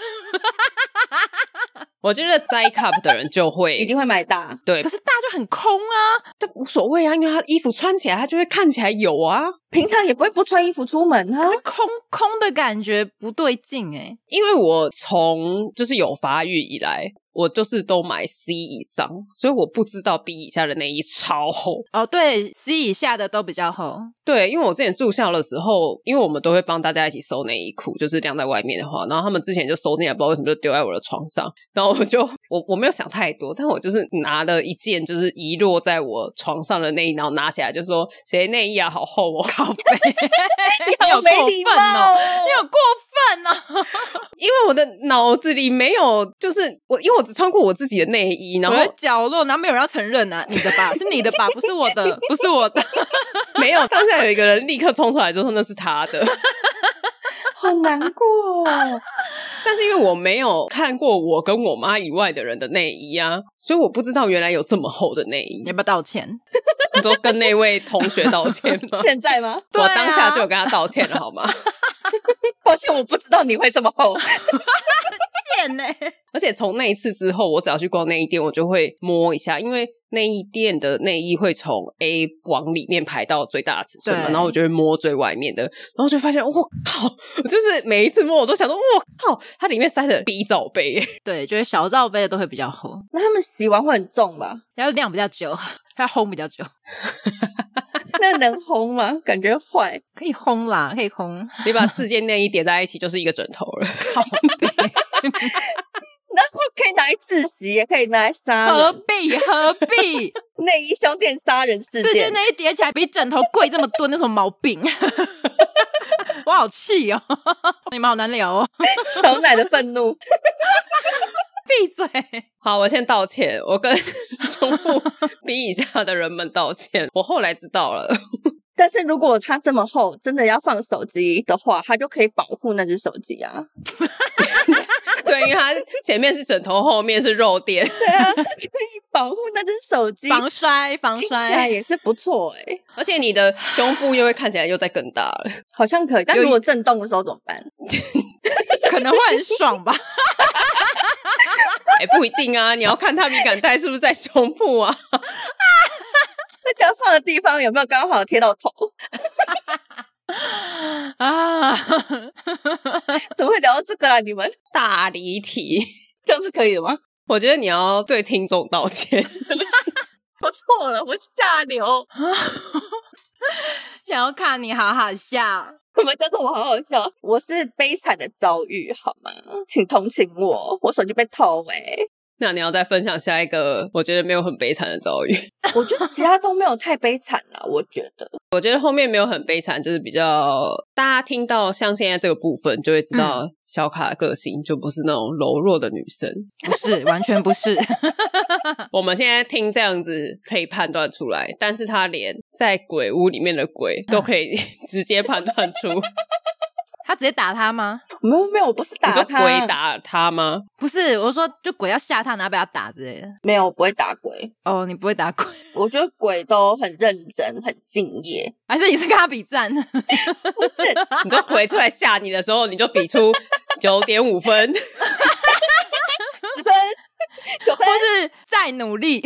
S1: 我觉得摘 cup 的人就会
S3: 一定会买大，
S1: 对
S2: 可，是大就很空啊，
S1: 但无所谓啊，因为他衣服穿起来，他就会看起来有啊。
S3: 平常也不会不穿衣服出门啊。
S2: 空空的感觉不对劲哎、
S1: 因为我从就是有发育以来，我就是都买 C 以上，所以我不知道 B 以下的内衣超厚。
S2: 哦，对，C 以下的都比较厚。
S1: 对，因为我之前住校的时候，因为我们都会帮大家一起收内衣裤，就是晾在外面的话，然后他们之前就收进来，不知道为什么就丢在我的床上，然后我就我我没有想太多，但我就是拿了一件就是遗落在我床上的内衣，然后拿起来就说谁内衣啊好厚哦，靠背。
S2: 你有
S3: 没
S2: 过
S3: 礼
S2: 分
S3: 貌
S2: 哦，
S3: 哦
S2: 你有过分哦。
S1: 因为我的脑子里没有，就是我，因为我只穿过我自己的内衣，然
S2: 我在
S1: 后
S2: 角落，然后没有人要承认啊，你的 吧，是你的吧，不是我的，不是我的。
S1: 没有当下有一个人立刻冲出来就说那是他的，
S3: 好难过哦。？
S1: 但是因为我没有看过我跟我妈以外的人的内衣啊，所以我不知道原来有这么厚的内衣
S2: 你要。不要道歉？
S1: 你说跟那位同学道歉吗
S3: 现在吗？
S1: 我
S2: 对啊
S1: 当下就有跟他道歉了，好吗？
S3: 抱歉，我不知道你会这么厚。
S2: 贱呢、
S3: 欸
S1: 而且从那一次之后，我只要去逛内衣店，我就会摸一下，因为内衣店的内衣会从 A 往里面排到最大的尺寸嘛，
S2: 对
S1: 然后我就会摸最外面的，然后就发现我靠，我就是每一次摸我都想说我靠，它里面塞了 B 罩杯耶，
S2: 对，就是小罩杯的都会比较厚，
S3: 那他们洗完会很重吧？
S2: 然后量比较久，它烘比较久，
S3: 那能烘吗？感觉坏。
S2: 可以烘 啦，可以烘。
S1: 你把四件内衣叠在一起就是一个枕头了。
S3: 然后可以拿来自洗，也可以拿来杀
S2: 何
S3: 人。
S2: 必何 必？
S3: 内衣胸垫杀人事
S2: 四件
S3: 件，
S2: 内衣叠起来比枕头贵这么多，那什么毛 病？我好气哦！ 你们好难聊哦！
S3: 小奶的愤怒。
S2: 闭嘴！
S1: 好，我先道歉，我跟 中部 B 以下的人们道歉，我后来知道了。
S3: 但是如果它这么厚，真的要放手机的话，它就可以保护那只手机啊。
S1: 对，因为它前面是枕头，后面是肉垫，
S3: 对啊，它可以保护那只手机，
S2: 防摔，防
S3: 听起来
S2: 摔，
S3: 也是不错哎、
S1: 而且你的胸部又会看起来又再更大了。
S3: 好像可以。但
S1: 有一
S3: 如果震动的时候怎么办？
S2: 可能会很爽吧？
S1: 哎、不一定啊，你要看它敏感带是不是在胸部啊。
S3: 那且要放的地方有没有刚好贴到头？
S2: 啊！
S3: 怎么会聊到这个啦？啊你们
S1: 大离题，
S3: 这样是可以的吗？
S1: 我觉得你要对听众道歉。
S3: 我错了，我下流。
S2: 想要看你好好笑，
S3: 我们真的我好好笑，我是悲惨的遭遇，好吗？请同情我，我手机被偷哎、
S1: 那你要再分享下一个，我觉得没有很悲惨的遭遇。
S3: 我觉得其他都没有太悲惨 啦，我觉得。
S1: 我觉得后面没有很悲惨，就是比较大家听到像现在这个部分，就会知道小卡的个性就不是那种柔弱的女生。
S2: 不是，完全不 是。
S1: 我们现在听这样子可以判断出来，但是她连在 鬼屋里面的鬼都可以直接判断出。
S2: 他直接打他吗？
S3: 没有没有，我不是打
S1: 你说
S3: 他，
S1: 鬼打他吗？
S2: 不是，我说就鬼要吓他，然后被他打之类的。
S3: 没有，我不会打鬼。
S2: 哦，你不会打鬼，
S3: 我觉得鬼都很认真，很敬 业。
S2: 还是你是跟他比 战？
S3: 不是，
S1: 你说鬼出来吓你的时候，你就比出九点五分，
S3: 十分九分
S2: 或。是 再努力？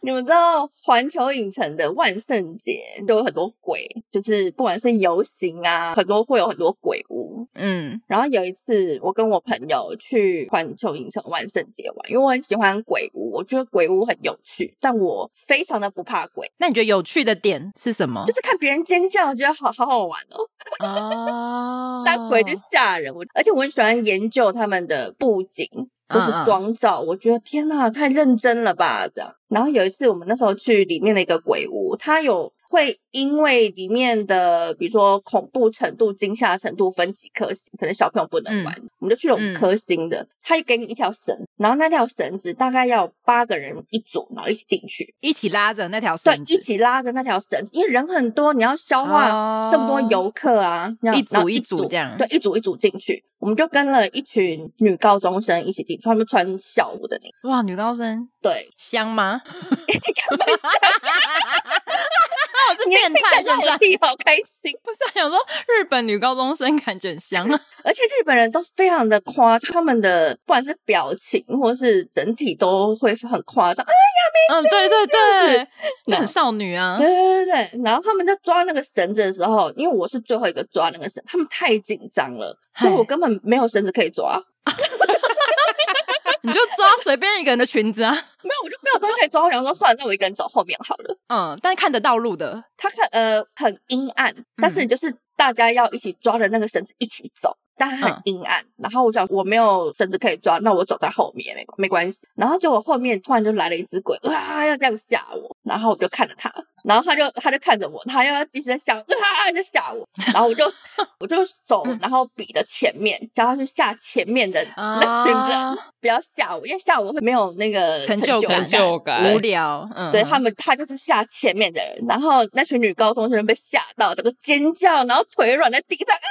S3: 你们知道环球影城的万圣节都有很多鬼，就是不管是游行啊，很多会有很多鬼屋。
S2: 嗯，
S3: 然后有一次，我跟我朋友去环球影城万圣节玩，因为我很喜欢鬼屋，我觉得鬼屋很有趣，但我非常的不怕鬼，
S2: 那你觉得有趣的点是什么
S3: 就？是看别人尖叫，觉得好好好玩 哦，
S2: 哦
S3: 但鬼就吓人。我而且我很喜欢研究他们的布景或是
S2: 嗯嗯
S3: 妆造，我觉得天呐，太认真了吧，这样。然后有一次，我们那时候去里面的一个鬼屋，它有。会因为里面的，比如说恐怖程度、惊吓程度分几颗星，可能小朋友不能玩，
S2: 嗯
S3: 我们就去了五颗星的。它也给你一条绳，然后那条绳子大概要有八个人一组，然后一起进去，
S2: 一起拉着那条绳
S3: 对，
S2: 子，
S3: 一起拉着那条绳子，因为人很多，你要消化
S2: 哇
S3: 这么多游客啊，然
S2: 哦
S3: 后
S2: 一组
S3: 然后
S2: 一组这样
S3: 对，一组一组进去，我们就跟了一群女高中生一起进去，他们穿校服的那个，
S2: 哇，女高生
S3: 对，
S2: 香吗？
S3: 干嘛笑
S2: 那我是
S3: 年
S2: 变
S3: 轻
S2: 态
S3: 的
S2: 现
S3: 肉
S2: 在。
S3: 体好开心，
S2: 不是啊，想说日本女高中生感觉很香，啊
S3: 而且日本人都非常的夸张，他们的不管是表情或是整体都会很夸张，啊，
S2: 嗯，对对对，就
S3: 那
S2: 很少女啊
S3: 对，对对对，然后他们在抓那个绳子的时候，因为我是最后一个抓那个绳，他们太紧张了，所以
S2: 嗨
S3: 我根本没有绳子可以抓。
S2: 你就抓随便一个人的裙子啊，
S3: 没有，我就没有东西可以抓。我想说，算了，那我一个人走后面好了。
S2: 嗯，但看得到路的，
S3: 他看呃很阴暗，
S2: 嗯
S3: 但是就是大家要一起抓着那个绳子一起走，但它很
S2: 嗯
S3: 阴暗。然后我想我没有绳子可以抓，那我走在后面没没关系。然后结果后面突然就来了一只鬼，哇，要这样吓我，然后我就看着他，然后他就他就看着我，他又要继续在吓我，哇，在吓 我，然后我就我就手
S2: 嗯
S3: 然后比的前面，叫他去吓前面的那群人，
S2: 啊
S3: 不要吓我，因为吓我会没有那个
S2: 成就
S3: 感
S1: 成。就感
S2: 无。聊，嗯，
S3: 对他们，他就是吓前面的人，然后那群女高中生被吓到，整个尖叫，然后腿软在地上啊，要被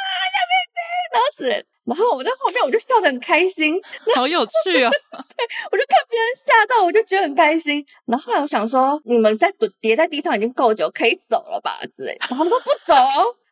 S3: 然后死。然后我在后面，我就笑得很开心，我
S2: 好有趣 哦，
S3: 就看别人吓到，我就觉得很开心。然后后来我想说，你们在蹲叠在地上已经够久，可以走了吧之类的。然后他们说不走，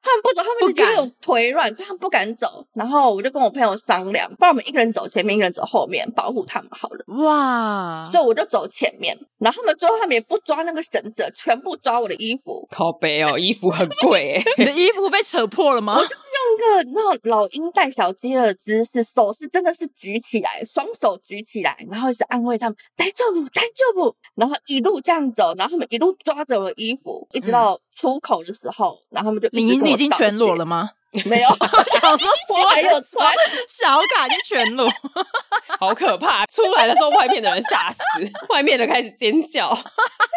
S3: 他们不走，他
S2: 不
S3: 们就觉
S2: 敢
S3: 得有腿软，对他们不敢走。然后我就跟我朋友商量，不然我们一个人走前面，一个人走后面，保护他们好了。
S2: 哇，
S3: 所以我就走前面，然后他们最后他们也不抓那个绳子，全部抓我的衣服，
S1: 靠背哦，衣服很贵欸，
S2: 你的衣服被扯破了吗？
S3: 用一个那种老鹰带小鸡的姿势，手是真的是举起来，双手举起来，然后一直安慰他们，待住不，待住不，然后一路这样走，然后他们一路抓着我的衣服，一直到出口的时候，然后他们就一
S2: 嗯
S3: 直
S2: 你
S3: 跟
S2: 你
S3: 我
S2: 已经
S3: 道
S2: 全裸
S3: 谢
S2: 了，吗？
S3: 没有，
S2: 想说
S3: 我 还有穿，
S2: 小卡就全裸，
S1: 好可怕！出来的时候，外面的人吓死，外面的开始尖叫。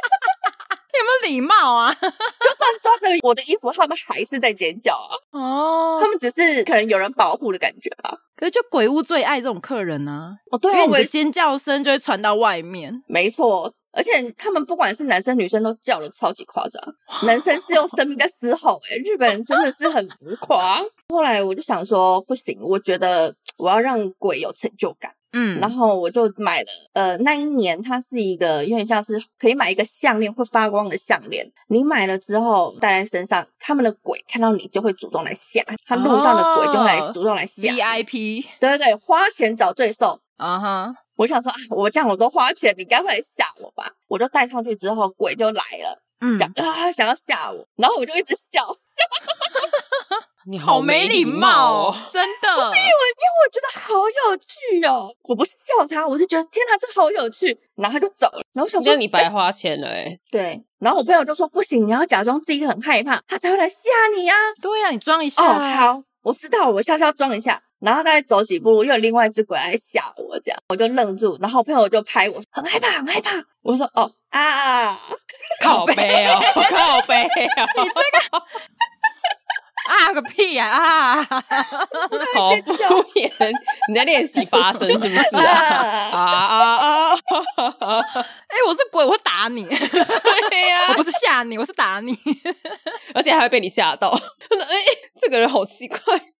S2: 有没有礼貌啊？
S3: 就算抓着我的衣服，他们还是在尖叫啊，
S2: 哦
S3: 他，们只是可能有人保护的感觉吧。
S2: 可是就鬼屋最爱这种客人啊，
S3: 哦，对
S2: 因
S3: 啊，
S2: 为你
S3: 我也
S2: 的尖叫声就会传到外面。
S3: 没错，哦而且他们不管是男生女生都叫的超级夸 张，男生是用生命在嘶吼、欸，日本人真的是很浮夸。后来我就想说，不行，我觉得我要让鬼有成就感，
S2: 嗯
S3: 然后我就买了。呃，那一年它是一个有点像是可以买一个项链会发光的项链，你买了之后戴在身上，他们的鬼看到你就会主动来吓，他路上的鬼就会来
S2: 哦
S3: 主动来吓你。
S2: VIP
S3: 对对对，花钱找罪受。
S2: 啊哈，
S3: 我想说啊，我这样我都花钱，你该不会吓我吧？我就戴上去之后，鬼就来了，
S2: 嗯
S3: 讲、啊想要吓我，然后我就一直笑， 因
S1: 你
S2: 好
S1: 没
S2: 没礼貌
S1: 哦，，
S2: 真的。
S3: 为我因为我觉得好有趣哦，我不是笑他，我是觉得天哪，这好有趣，然后他就走了，然后我想说
S1: 那你白花钱了 哎，
S3: 对，然后我朋友就说不行，你要假装自己很害怕，他才会来吓你呀、
S2: 对啊呀，你装一下。
S3: 哦，好，我知道，我下次要装一下。然后大概走几步，又有另外一只鬼来吓我，这样我就愣住。然后我朋友就拍我，很害怕，很害怕。我说哦啊，
S1: 靠背哦，靠背哦，
S2: 啊个屁呀 啊！
S1: 好敷衍。你在练习发声是不是 啊？啊
S3: 啊，
S1: 啊啊！
S2: 哎，我是鬼，我会打你。
S1: 对呀
S2: 我，不是吓你，我是打你。
S1: 而且还会被你吓到。哎，这个人好奇怪。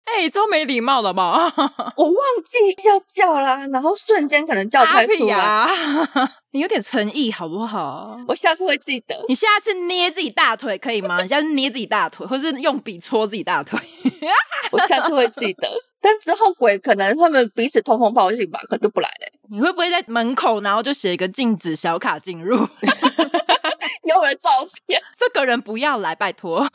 S2: 哎、超没礼貌的吧？
S3: 我忘记要叫啦，然后瞬间可能叫不
S2: 阿
S3: 太出
S2: 屁
S3: 来，
S2: 呀！你有点诚意好不好？
S3: 我下次会记得。
S2: 你下次捏自己大腿可以吗？你下次捏自己大腿，或是用笔戳自己大腿。
S3: 我下次会记得。但之后鬼可能他们彼此通风报信吧，可能就不来了、
S2: 你会不会在门口，然后就写一个禁止小卡进入？
S3: 有我的照片，
S2: 这个人不要来，拜托。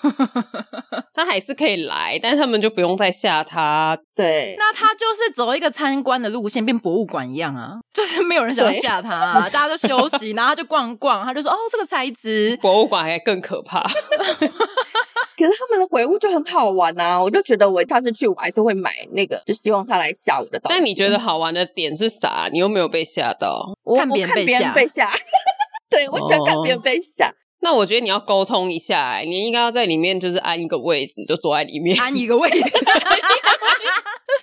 S1: 他还是可以来，但他们就不用再吓他。
S3: 对，
S2: 那他就是走一个参观的路线，变博物馆一样啊，就是没有人想要
S3: 对
S2: 吓他、啊， 大家都休息，然后他就逛逛，他就说：“哦，这个材质
S1: 博物馆还更可怕，
S3: 可是他们的鬼屋就很好玩啊！我就觉得我下次去我还是会买那个，就希望他来吓我的东西。
S1: 但你觉得好玩的点是啥？你又没有被吓到。
S3: 我
S2: 看
S3: 我
S2: 别人
S3: 看
S2: 被
S3: 别
S2: 吓
S3: 人被吓， 对我喜欢看别人
S1: 哦
S3: 被吓。
S1: 那我觉得你要沟通一下、哎你应该要在里面就是安一个位置，就坐在里面，
S2: 安一个位置。”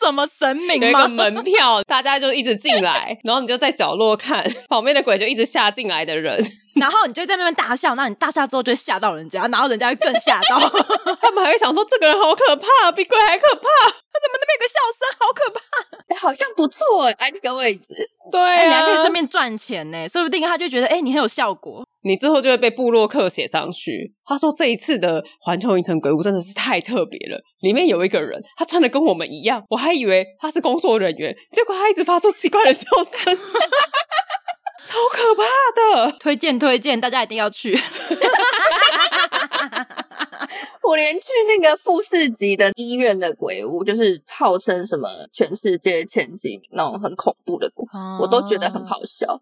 S2: 这什么神
S1: 有
S2: 明
S1: 一个
S2: 吗？
S1: 门票，大家就一直进来，然后你就在角落看，旁边的鬼就一直吓进来的人，
S2: 然后你就在那边大笑，那你大笑之后就会吓到人家，然后人家会更吓 到。那边有
S1: 他们还会想说这个人好可怕，比鬼还可怕。
S2: 个笑声，好可怕！
S3: 哎，好像不错哎，安个位置。
S1: 对
S2: 哎、你
S1: 啊，
S2: 还可以顺便赚钱呢，说不定他就觉得哎、你很有效果。
S1: 你之后就会被布洛克写上去。他说这一次的环球影城鬼屋真的是太特别了，里面有一个人，他穿的跟我们一样，我还以为他是工作人员，结果他一直发出奇怪的笑声， 超可怕的。
S2: 推荐推荐，大家一定要去。
S3: 我连去那个富士急的医院的鬼屋，就是号称什么全世界前几名那种很恐怖的鬼，我都觉
S2: 哦
S3: 得很好笑。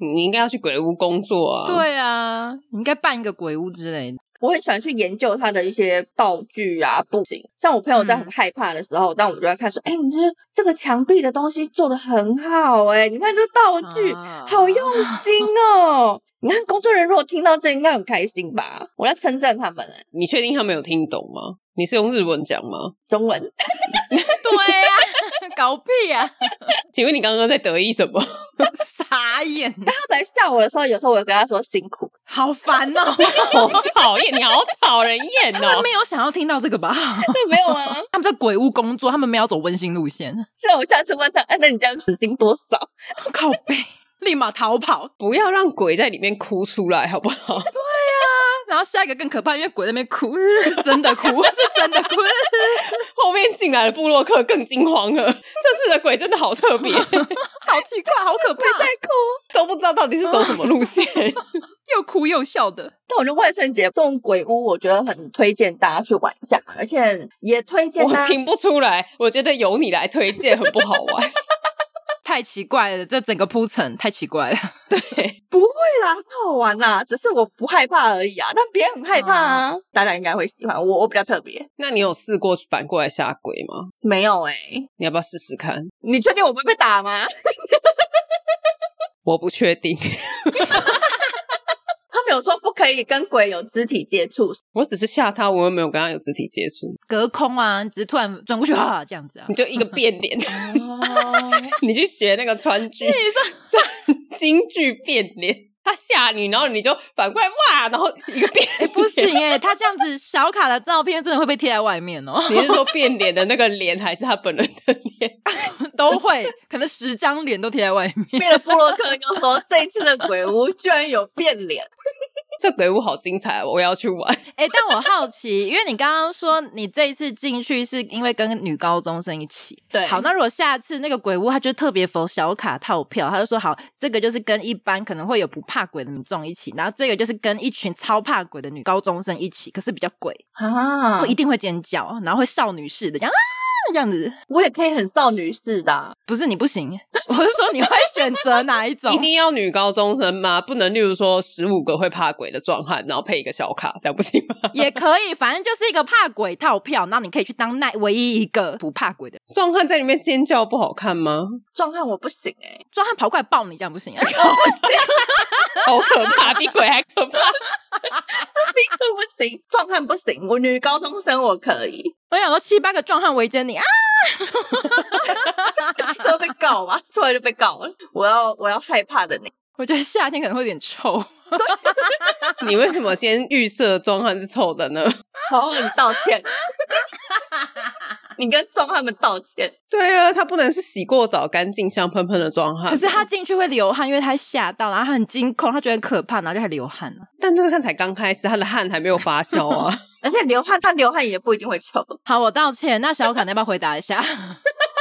S1: 你应该要去鬼屋工作啊。。
S2: 对啊，你应该办一个鬼屋之类的。
S3: 我很喜欢去研究它的一些道具啊、布景。像我朋友在很害怕的时候，但我就在看说：“哎、你这这个墙壁的东西做的很好哎、你看这道具、
S2: 啊
S3: 好用心哦。”你看工作人员如果听到这，应该很开心吧？我要称赞他们、哎
S1: 你确定他们有听懂吗？你是用日文讲吗？
S3: 中文
S2: 对啊， 搞屁啊，
S1: 请问你刚刚在得意什么？
S2: 傻眼，
S3: 他们来吓我的时候，有时候我会跟他说辛苦，
S2: 好烦哦。
S1: 好讨厌，你好讨人厌
S2: 他
S1: 哦
S2: 们！没有想要听到这个吧？
S3: 没有啊。
S2: 他们在鬼屋工作，他们没有走温馨路线，
S3: 所以我下次问他，哎、那你这样时薪多少？
S2: 靠背，立马逃跑。
S1: 不要让鬼在里面哭出来，好不好？
S2: 然后下一个更可怕，因为鬼在那边哭， 是真的哭，是真的哭。
S1: 后面进来的布洛克更惊慌了，这次的鬼真的好特别，
S2: 好奇怪，好可怕，
S1: 都不知道到底是走什么路线。
S2: 又哭又笑的。
S3: 但我觉得万圣节这种鬼屋，我觉得很推荐大家去玩一下，而且也推荐
S1: 我
S3: 大家
S1: 听不出来，我觉得由你来推荐很不好玩。
S2: 太奇怪了，这整个铺陈太奇怪了，
S3: 对啦，很好玩啦，只是我不害怕而已啊。但别人很害怕啊，大家应该会喜欢我。我比较特别，
S1: 那你有试过反过来吓鬼吗？
S3: 没有哎、
S1: 你要不要试试看？
S3: 你确定我不会被打吗？
S1: 我不确定，
S3: 他们有说不可以跟鬼有肢体接触，
S1: 我只是吓他，我又没有跟他有肢体接触，
S2: 隔空啊，只是突然转过去啊，这样子啊
S1: 你。就一个变脸，
S3: 哦，
S1: 你去学那个川剧，川京剧变脸。他吓你，然后你就反过来哇，然后一个变
S2: 哎、 不行哎、他这样子小卡的照片真的会被贴在外面哦，
S1: 你是说变脸的那个脸，还是他本人的脸？
S2: 都会，可能十张脸都贴在外面。
S3: 变了布洛克又说这一次的鬼屋居然有变脸，
S1: 这鬼屋好精彩，我要去玩。
S2: 哎、但我好奇，因为你刚刚说你这一次进去是因为跟女高中生一起，
S3: 对
S2: 好，那如果下次那个鬼屋他就特别否小卡套票，他就说好，这个就是跟一般可能会有不怕鬼的民众一起，然后这个就是跟一群超怕鬼的女高中生一起，可是比较鬼，
S3: 啊
S2: 会一定会尖叫，然后会少女式的这样啊这样子，
S3: 我也可以很少女式的啊、
S2: 不是你不行， 我是说你会选择哪一种？
S1: 一定要女高中生吗？不能，例如说十五个会怕鬼的壮汉，然后配一个小卡，这样不行吗？
S2: 也可以，反正就是一个怕鬼套票，然后你可以去当那唯一一个不怕鬼的人。
S1: 壮汉在里面尖叫不好看 吗？
S3: 壮汉我不行哎、
S2: 壮汉跑过来抱你，这样不 行、啊。
S1: 好可怕，比鬼还可怕。
S3: 不行，壮汉不行，我女高中生我可以，
S2: 我想说七八个壮汉围着你啊，
S3: 这会被告吧？出来就被告了，我要我要害怕的你。
S2: 我觉得夏天可能会有点 臭。
S1: 你为什么先预设壮汉是臭的呢？
S3: 好，你道歉。你跟壮汉们道歉。
S1: 对啊，他不能是洗过澡、干净、香喷喷的壮汉。
S2: 可是他，进去会流汗，因为他吓到，然后他很惊恐，他觉得很可怕，然后就还流汗了。
S1: 但这个汗才刚开始，他的汗还没有发酵啊。
S3: 而且流汗，他流汗也不一定会臭。
S2: 好，我道歉。那小可，你要不要回答一 下？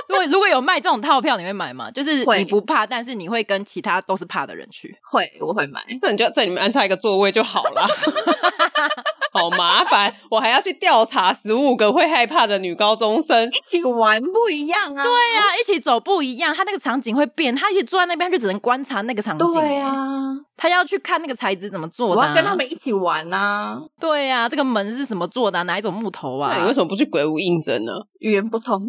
S2: 如果如果有卖这种套票，你会买吗？就是
S3: 会
S2: 你不怕，但是你会跟其他都是怕的人去。
S3: 会，我会买。
S1: 那你就在里面安插一个座位就好 了。好麻烦，我还要去调查十五个会害怕的女高中生。
S3: 一起玩不一样啊。对
S2: 对哎呀、一起走不一样，他那个场景会变，他一直坐在那边，他就只能观察那个场景。
S3: 对啊，
S2: 他要去看那个材质怎么做的、
S3: 我
S2: 啊。
S3: 要跟他。们一起玩啊。
S2: 对呀、这个门是什么做的啊、哪一种木头啊
S1: 那？你为什么不去鬼屋应征呢？
S3: 语言不通，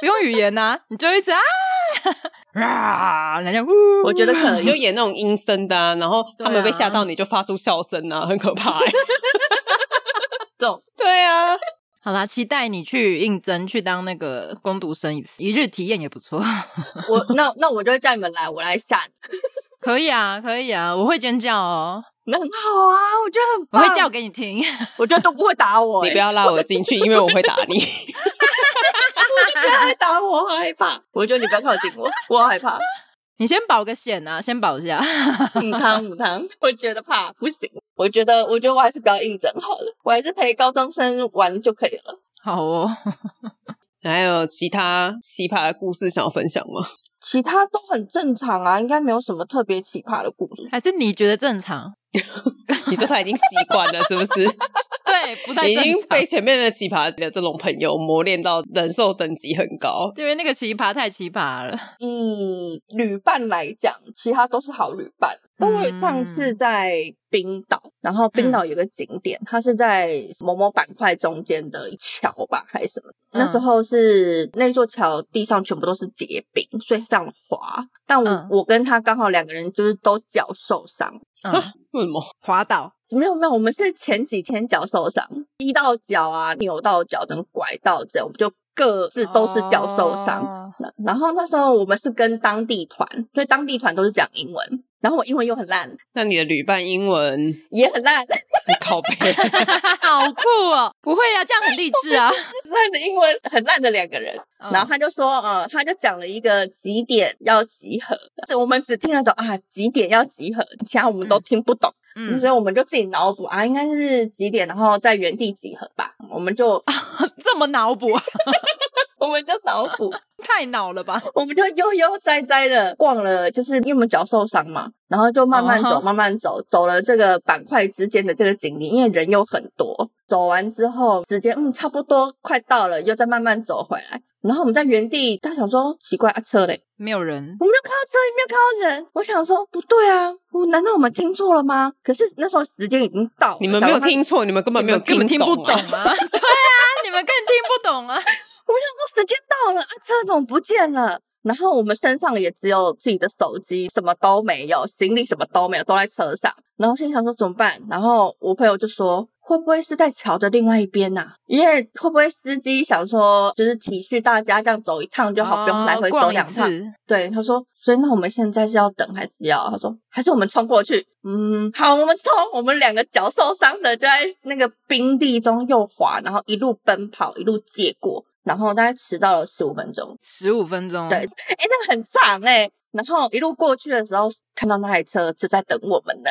S2: 不用语言呐、你就一 直啊 啊，人家呜，
S3: 我觉得 可
S1: 你就
S3: 以。
S1: 演那种阴森的、啊，然后他
S2: 对
S1: 们
S2: 啊
S1: 被吓到，你就发出笑声啊，很可怕、欸。
S3: 这种
S1: 对啊，
S2: 好啦，期待你去应征去当那个攻读生一次，一日体验也不错。
S3: 我那那我就叫你们来，我来吓你，
S2: 可以啊，可以啊，我会尖叫哦，
S3: 那很好啊，我觉得很
S2: 我
S3: 棒。
S2: 会叫，给你听。
S3: 我觉得都不会打 我、欸，
S1: 你不要拉我进去，因为我会打你。
S3: 他会打我，我好害怕。 我觉得你不要靠近我，我好害怕。
S2: 你先保个险啊，先保一下。
S3: 母汤母汤，我觉得怕不行。我觉得，我觉得我还是不要应征好了，我还是陪高中生玩就可以了。
S2: 好哦，
S1: 还有其他奇葩的故事想要分享吗？
S3: 其他都很正常啊，应该没有什么特别奇葩的故事。
S2: 还是你觉得正 常？
S1: 你说他已经习惯了，是不是？
S2: 对，不 太
S1: 已
S2: 正
S1: 经
S2: 常
S1: 被。前面的奇葩的这种朋友磨练到忍受等级很高。
S2: 因为那个奇葩太奇葩了，
S3: 以旅伴来讲，其他都是好旅伴。因为我上
S2: 嗯
S3: 次在冰岛，然后冰岛有个景点，它是在某某板块中间的一桥吧，还是什么？
S2: 嗯
S3: 那时候是那座桥地上全部都是结冰，所以非常滑。但我、
S2: 嗯
S3: 我跟他刚好两个人就是都脚受伤，
S2: 嗯，
S1: 为什么？
S2: 滑倒，
S3: 没有没有，我们是前几天脚受伤，踢到脚啊，扭到脚，整个拐到这样，我们就各自都是脚受伤。
S2: 哦
S3: 那然后那时候我们是跟当地团，所以当地团都是讲英文，然后我英文又很烂，
S1: 那你的旅伴英文
S3: 也很烂，
S1: 靠 背，
S2: 好酷哦！不会啊，这样很励志 啊。
S3: 烂的英文很烂的两个人。
S2: 嗯
S3: 然后他就说，呃，他就讲了一个几点要集合，这我们只听得懂啊，几点要集合，其他我们都听不懂，
S2: 嗯
S3: 所，以我们就自己脑补啊，应该是几点，然后在原地集合吧。我们就
S2: 啊这么脑补，
S3: 我们就脑补，
S2: 太脑了吧？
S3: 我们就悠悠哉哉的逛了，就是因为我们脚受伤嘛，然后就慢慢
S2: 哦
S3: 走
S2: 哈
S3: 慢慢走，走了这个板块之间的这个景点，因为人又很多。走完之后，时间嗯差不多快到了，又再慢慢走回来。然后我们在原地，他想说奇怪啊车嘞，
S2: 没有人
S3: 我没有看到车，也没有看到人。我想说不对啊，我难道我们听错了吗？可是那时候时间已经到了，
S1: 你们没有
S3: 想说他
S1: 听错，你们根本没有
S2: 根本听不懂
S1: 懂啊。
S2: 啊！对啊，你们更听不懂 啊！
S3: 我想说时间到了，啊，车怎么不见了？然后我们身上也只有自己的手机，什么都没有，行李什么都没有，都在车上。然后心想说怎么办？然后我朋友就说，会不会是在桥的另外一边呐、因为会不会司机想说，就是体恤大家这样走一趟就好，不用来
S2: 哦
S3: 回走
S2: 逛一
S3: 两趟。
S2: 次
S3: 对，他说，所以那我们现在是要等还是要？他说，还是我们冲过去？嗯，好，我们冲，我们两个脚受伤的就在那个冰地中又滑，然后一路奔跑，一路借过，然后大概迟到了十五分钟，
S2: 十五分钟，
S3: 对，哎，那个很长哎、然后一路过去的时候，看到那台车就在等我们呢。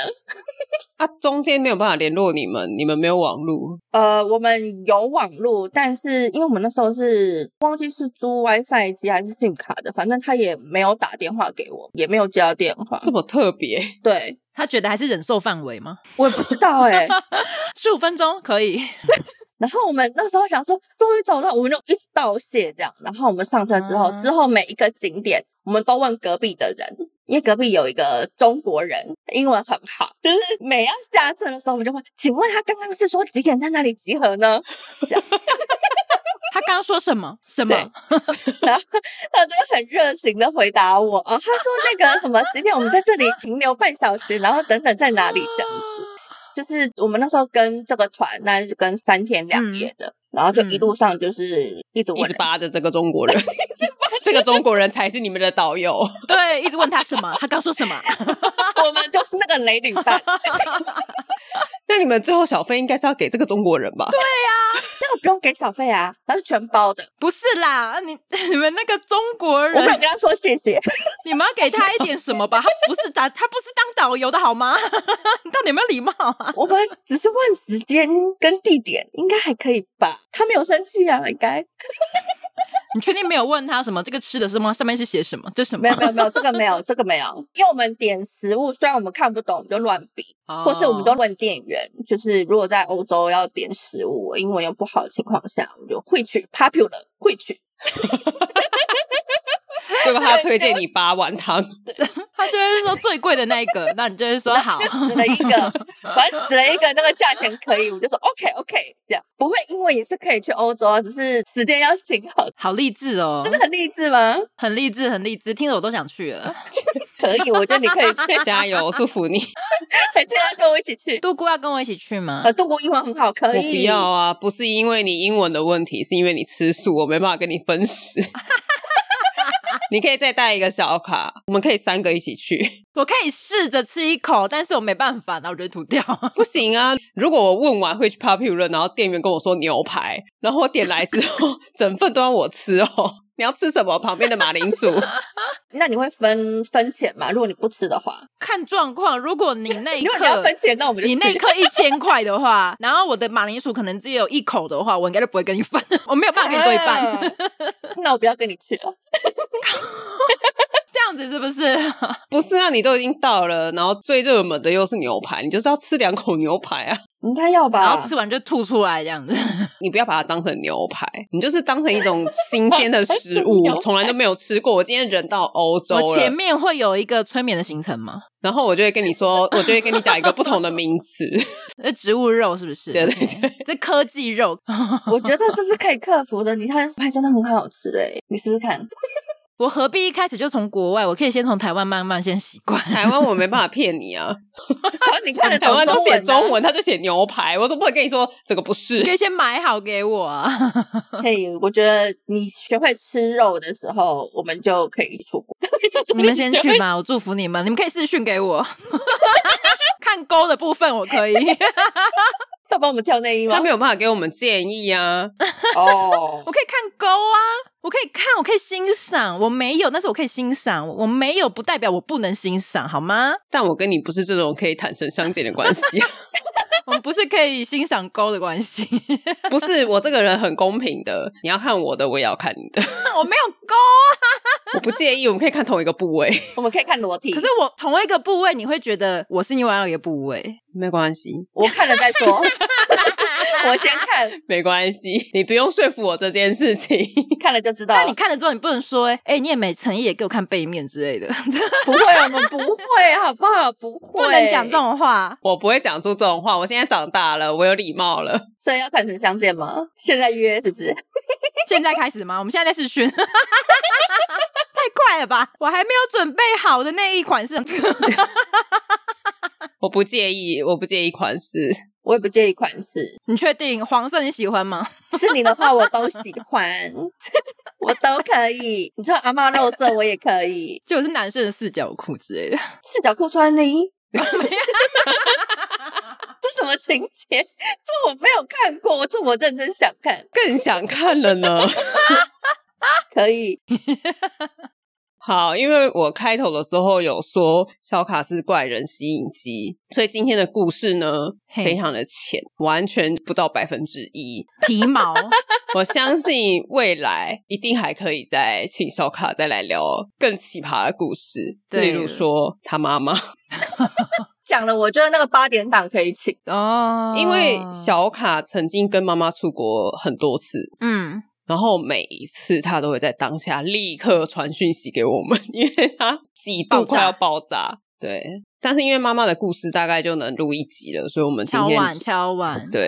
S1: 啊，中间没有办法联络你们，你们没有网路，
S3: 呃，我们有网路，但是因为我们那时候是忘记是租 WiFi 机还是 SIM 卡的，反正他也没有打电话给我，也没有接到电话。
S1: 这么特别。
S3: 对，
S2: 他觉得还是忍受范围吗？
S3: 我也不知 道哎、
S2: 十五分钟可以，
S3: 然后我们那时候想说，终于走到，我们就一直道谢这样。然后我们上车之后，
S2: 嗯
S3: 之后每一个景点，我们都问隔壁的人，因为隔壁有一个中国人，英文很好，就是每要下车的时候，我们就问，请问他刚刚是说几点在那里集合呢？
S2: 他刚刚说什么？什么？
S3: 对他都很热情的回答我，哦，他说那个什么几点我们在这里停留半小时，然后等等在哪里这样子。就是我们那时候跟这个团，那是跟三天两夜的，然后就一路上就是嗯一直问
S1: 一
S3: 人
S1: 直扒着这个中国人，这个中国人才是你们的导游。
S2: 对， 一直问他什么？他刚说什么？
S3: 我们就是那个雷旅伴，
S1: 那你们最后小费应该是要给这个中国人吧？对，
S3: 那我不用给小费啊，它是全包的。
S2: 不是啦，你 你们那个中国
S3: 我没有
S2: 人，
S3: 跟他说谢 谢，
S2: 你们要给他一点什么吧？他不是打， 他不是当导游的好吗？ 你到底有没有礼貌啊？
S3: 我们只是问时间跟地点，应该还可以吧？他没有生气啊，应该
S2: 你确定没有问他什么这个吃的是吗？上面是写什么？这什么？
S3: 没有没有没有，这个没有这个没有，因为我们点食物，虽然我们看不懂，我们就乱比，
S1: 啊
S2: 哦
S3: 或是我们都问店员，就是如果在欧洲要点食物，我英文又不好的情况下，我就会去 popular 会去，
S1: 结果他推荐你八碗汤，
S2: 他就会说最贵的那一个，那你就会说好。
S3: 指了一个，反正指了一个那个价钱可以，我就说 OK OK，这样不会英文也是可以去欧洲啊，只是时间要挺好 的。
S2: 好励志哦，
S3: 真的很励志吗？
S2: 很励志，很励志，听着我都想去了。
S3: 啊可以，我觉得你可以去，
S1: 加油，祝福 你。
S3: 还是要跟我一 起 去。
S2: 杜姑要跟我一起去吗？
S3: 呃，中国英文很好，可
S1: 我
S3: 以。
S1: 不要啊，不是因为你英文的问题，是因为你吃素，我没办法跟你分 食。你可以再带一个小卡，我们可以三个一起去。
S2: 我可以试着吃一口，但是我没办法，然后我就吐掉。
S1: 不行啊，如果我问完会去 Popular，然后店员跟我说牛排，然后我点来之后 整份都让我吃哦。你要吃什么？旁边的马铃薯。
S3: 那你会分分钱吗？如果你不吃 的话，
S2: 看状况，如果你那一
S3: 如果你要
S2: 刻
S3: 分钱，那我们就
S2: 你那一
S3: 去
S2: 刻一千块的话，然后我的马铃薯可能只有一口的话，我应该就不会跟你分， 我没有办法跟你对
S3: 啊
S2: 半，
S3: 那我不要跟你去哦了。
S2: 这样子是不是？
S1: 不是啊，你都已经到了，然后最热门的又是牛排，你就是要吃两口牛排 啊！
S3: 应该要
S2: 然
S3: 吧
S2: 后？吃完就吐出来这样 子。
S1: 你不要把它当成牛排，你就是当成一种新鲜的食物
S3: 牛排，
S1: 从来就没有吃过。我今天人到欧洲
S2: 我前
S1: 了，
S2: 面会有一个催眠的行程吗？
S1: 然后我就会跟你说，我就会跟你讲一个不同的名 词。
S2: 那呃植物肉是不是？
S1: 对对对，
S2: 这科技肉，
S3: 我觉得这是可以克服的。你看，还真的很好吃哎、你试 试看。
S2: 我何必一开始就从国外？我可以先从台湾慢慢先习惯。
S1: 台湾我没办法骗你 啊，
S3: 然后你看得
S1: 台
S3: 懂
S1: 湾
S3: 中
S1: 都
S3: 文、啊
S1: 写中，文，他就写牛排，我都不会跟你说这个不是
S2: 可。以先买好给我啊！
S3: 可以。我觉得你学会吃肉的时候，我们就可以出国。
S2: 你们先去吧，我祝福你们。你们可以私讯给 我，看勾的部分我可以。
S3: 要帮我们挑内衣吗
S1: 他？没有办法给我们建议啊，
S3: 哦，
S2: 我可以看勾啊，我可以看，我可以欣赏，我没有，但是我可以欣赏，我没有不代表我不能欣赏，好 吗？
S1: 但我跟你不是这种可以坦诚相见的关系，啊
S2: 我们不是可以欣赏勾的关 系，
S1: 不是我这个人很公平的，你要看我的，我也要看你的，
S2: 我没有勾啊，
S1: 我不介意，我们可以看同一个部位，
S3: 我们可以看裸体。
S2: 可是我同一个部位，你会觉得我是另外一个部位，
S1: 没关系，
S3: 我看了再说， 我先看，
S1: 没关系，你不用说服我这件事情，
S3: 看了就知道了。
S2: 但你看了之后，你不能说，哎、你也没诚意，也给我看背面之类的，
S3: 不会，我们不会，好不好？不会，
S2: 不能讲这，种话。
S1: 我不会讲出这种话，我现在长大了，我有礼貌了，
S3: 所以要坦诚相见吗？现在约是不是？
S2: 现在开始吗？我们现在在试训，太快了吧！我还没有准备好的那一款是，
S1: 我不介意，我不介意款式，
S3: 我也不介意款式，
S2: 你确定黄色你喜欢吗？
S3: 是你的话我都喜欢， 我都可以。你说阿嬷肉色我也可以，
S2: 就是男生的四角裤之类的，
S3: 四角裤穿内衣。这什么情节？这我没有看过，我这我认真想看，
S1: 更想看了呢。
S3: 可以。
S1: 好，因为我开头的时候有说小卡是怪人吸引机，所以今天的故事呢
S2: 嘿
S1: 非常的浅，完全不到百分之一。
S2: 皮 毛。
S1: 我相信未来一定还可以再请小卡再来聊更奇葩的故事，例
S2: 对
S1: 如说他妈妈，
S3: 讲了，我觉得那个八点档可以请，
S2: 哦
S1: 因为小卡曾经跟妈妈出国很多次，
S2: 嗯，
S1: 然后每一次他都会在当下立刻传讯息给我们， 因为他几度快要爆炸。对，但是因为妈妈的故事大概就能录一集了，所以我们今
S2: 敲
S1: 天
S2: 碗敲碗，
S1: 对，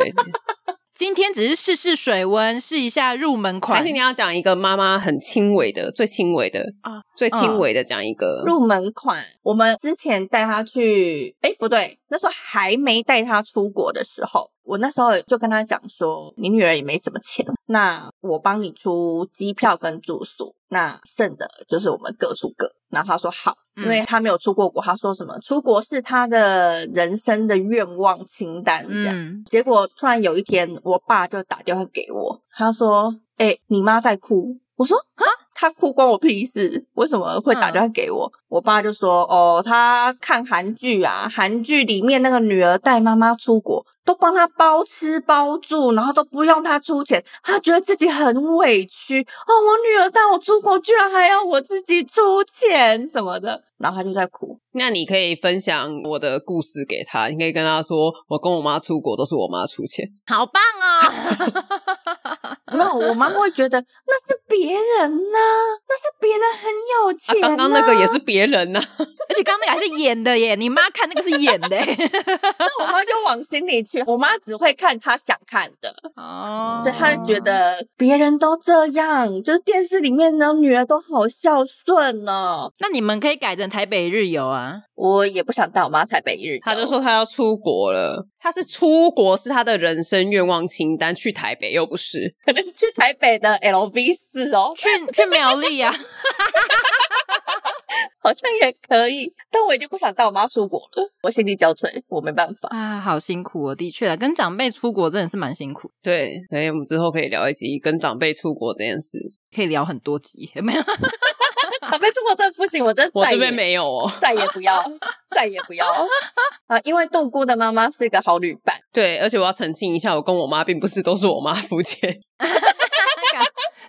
S2: 今天只是试试水温，试一下入门
S1: 还
S2: 款
S1: 是。你要讲一个妈妈很轻微的，最轻微的
S2: 啊，
S1: 最轻微的讲一个。
S3: 入门款，我们之前带他去，哎，不对，那时候还没带他出国的时候，我那时候就跟他讲说，你女儿也没什么钱，那我帮你出机票跟住宿，那剩的就是我们各出各。然后他说好，因为他没有出过国，他说什么出国是他的人生的愿望清单这样。
S2: 嗯，
S3: 结果突然有一天，我爸就打电话给我，他说：“哎、你妈在哭。”我说：“啊，她哭关我屁事，为什么会打电话给我？”我爸就说：“哦，他看韩剧啊，韩剧里面那个女儿带妈妈出国，都帮她包吃包住，然后都不用她出钱，她觉得自己很委屈。哦，我女儿带我出国，居然还要我自己出钱什么的。”然后她就在哭。
S1: 那你可以分享我的故事给他，你可以跟他说，我跟我妈出国都是我妈出钱。
S2: 好棒哦！
S3: 没有，我妈会觉得那是别人呐、那是别人很有
S1: 啊
S3: 钱、，
S1: 刚刚那个也是别人呐、
S2: 而且刚刚那个还是演的耶，你妈看那个是演的耶，
S3: 我妈就往心里去。我妈只会看她想看的，
S2: 哦
S3: 所以她就觉得别人都这样，就是电视里面的女儿都好孝顺哦。
S2: 那你们可以改成台北日游啊，
S3: 我也不想带我妈台北日游，
S1: 他就说他要出国了，他是出国是他的人生愿望清单，去台北又不是，
S3: 可能去台北的 LV 市哦，
S2: 去去苗栗啊，
S3: 好像也可以。但我已经不想带我妈出国了，我心力交瘁，我没 办法。
S2: 啊，好辛苦哦，的确啊，跟长辈出国真的是蛮辛苦，
S1: 对，所以我们之后可以聊一集跟长辈出国这件事。
S2: 可以聊很多集， 没有？
S3: 台北出国真的不行，我真的
S1: 我
S3: 再
S1: 这
S3: 也
S1: 边没有哦，
S3: 再也不要，再也不要啊！因为杜姑的妈妈是一个好旅伴，
S1: 对，而且我要澄清一下，我跟我妈并不是都是我妈付钱，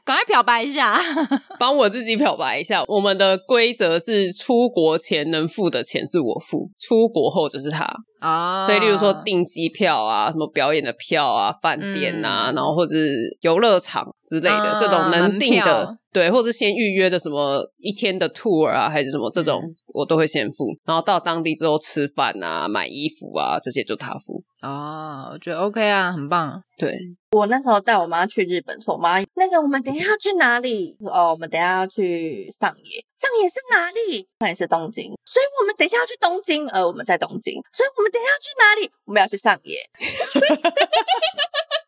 S2: 赶快漂白一下，
S1: 帮我自己漂白一下，我们的规则是出国前能付的钱是我付，出国后就是她。
S2: 哦
S1: 所以，例如说订机票啊，什么表演的票啊，饭店啊，
S2: 嗯
S1: 然后或者是游乐场之类的，
S2: 啊
S1: 这种能订的
S2: 门票，
S1: 对，或者是先预约的什么一天的 tour 啊，还是什么这种，
S2: 嗯
S1: 我都会先付。然后到当地之后吃饭啊、买衣服啊，这些就他付。
S2: 哦，我觉得 OK 啊，很棒，
S1: 对，
S3: 我那时候带我妈去日本，说我妈那个我们等一下要去哪里？哦，我们等一下要去上野，上野是哪里？上野是东京，所以我们等一下要去东京，呃，我们在东京，所以我们等一下要去哪里？我们要去上野。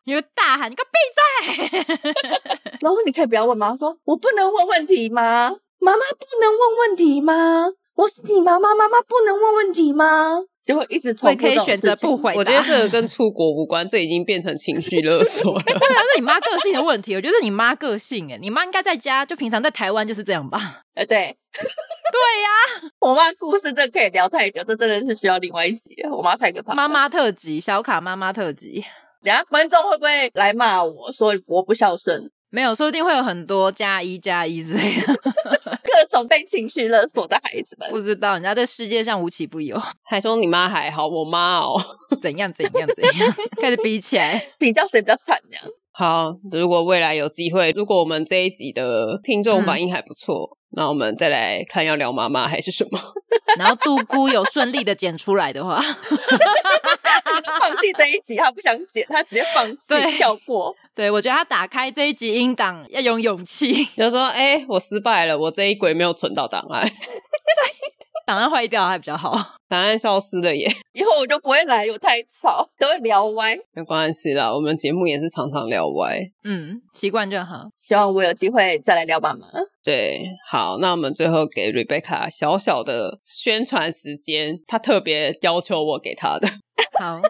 S2: 因为大喊你个闭嘴，
S3: 然后你可以不要问吗？她说我不能问问题吗？妈妈不能问问题吗？我是你妈妈，妈妈不能问问题吗？结果一直重
S2: 我也
S3: 复
S2: 可以
S3: 这种
S2: 选择
S3: 事情
S2: 不回答。
S1: 我觉得这个跟出国无关，这已经变成情绪勒索了。
S2: 对啊，是你妈个性的问题。我觉得是你妈个性哎，你妈应该在家就平常在台湾就是这样吧？
S3: 呃，对，
S2: 对呀、
S3: 我妈故事真的可以聊太久，这真的是需要另外一集了。我妈太可怕了。
S2: 妈妈特辑，小卡妈妈特辑，
S3: 等一下观众会不会来骂我说我不孝顺？
S2: 没有，说不定会有很多加一加一之类的，
S3: 各种被情绪勒索的孩子们，
S2: 不知道人家在世界上无奇不有，
S1: 还说你妈还好，我妈哦。
S2: 怎样怎样怎样， 开始比起来，
S3: 比较谁比较惨这样？
S1: 好，如果未来有机会，如果我们这一集的听众
S2: 嗯
S1: 反应还不错，那我们再来看要聊妈妈还是什么。
S2: 然后杜姑有顺利的剪出来的话，
S3: 他就放弃这一集，他不想剪，他直接放弃
S2: 对
S3: 跳过。
S2: 对我觉得她打开这一集音档要有勇气，
S1: 就说：“哎、我失败了，我这一轨没有存到档案，
S2: 档案坏掉还比较好。
S1: 档案消失了耶。
S3: 以后我就不会来，我太吵，都会聊歪。”
S1: 没关系啦，我们节目也是常常聊歪。
S2: 嗯，习惯就好。
S3: 希望我有机会再来聊妈妈。
S1: 对，好，那我们最后给 Rebecca 小小的宣传时间，她特别要求我给她的。
S2: 好，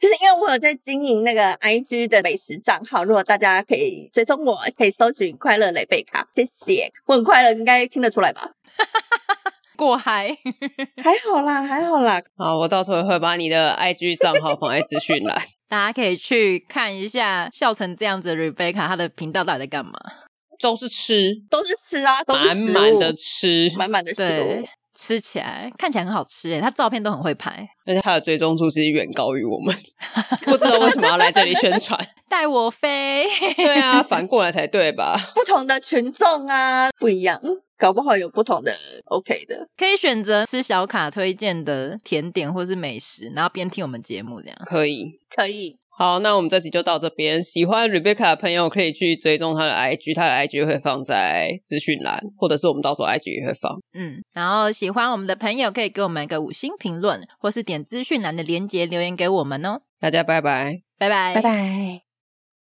S3: 就是因为我有在经营那个 IG 的美食账号，如果大家可以追踪我，可以搜寻“快乐蕾贝卡”，谢谢。我很快乐，应该听得出来吧？
S2: 过嗨，
S3: 还好啦，还好啦，
S1: 好，我到时候会把你的 IG 账号放在资讯栏。
S2: 大家可以去看一下笑成这样子的 Rebecca 她的频道到底在干嘛。
S1: 都是吃，
S3: 都是吃啊，都是
S1: 满
S3: 食物
S1: 满的吃，
S3: 满满的食物
S2: 对。，吃起来看起来很好吃诶，她照片都很会拍。
S1: 而且她的追踪数其实远高于我们， 不知道为什么要来这里宣传。
S2: 带我飞，
S1: 对啊，反过来才对吧？
S3: 不同的群众啊，不一样，搞不好有不同的 OK 的。
S2: 可以选择吃小卡推荐的甜点或是美食，然后边听我们节目这样。
S1: 可以，
S3: 可以，
S1: 好，那我们这集就到这边。喜欢 Rebecca 的朋友可以去追踪她的 IG，她的 IG 会放在资讯栏，或者是我们到时候 IG 也会放。
S2: 嗯，然后喜欢我们的朋友可以给我们一个五星评论，或是点资讯栏的连接留言给我们哦。
S1: 大家拜拜。
S2: 拜拜，
S3: 拜拜。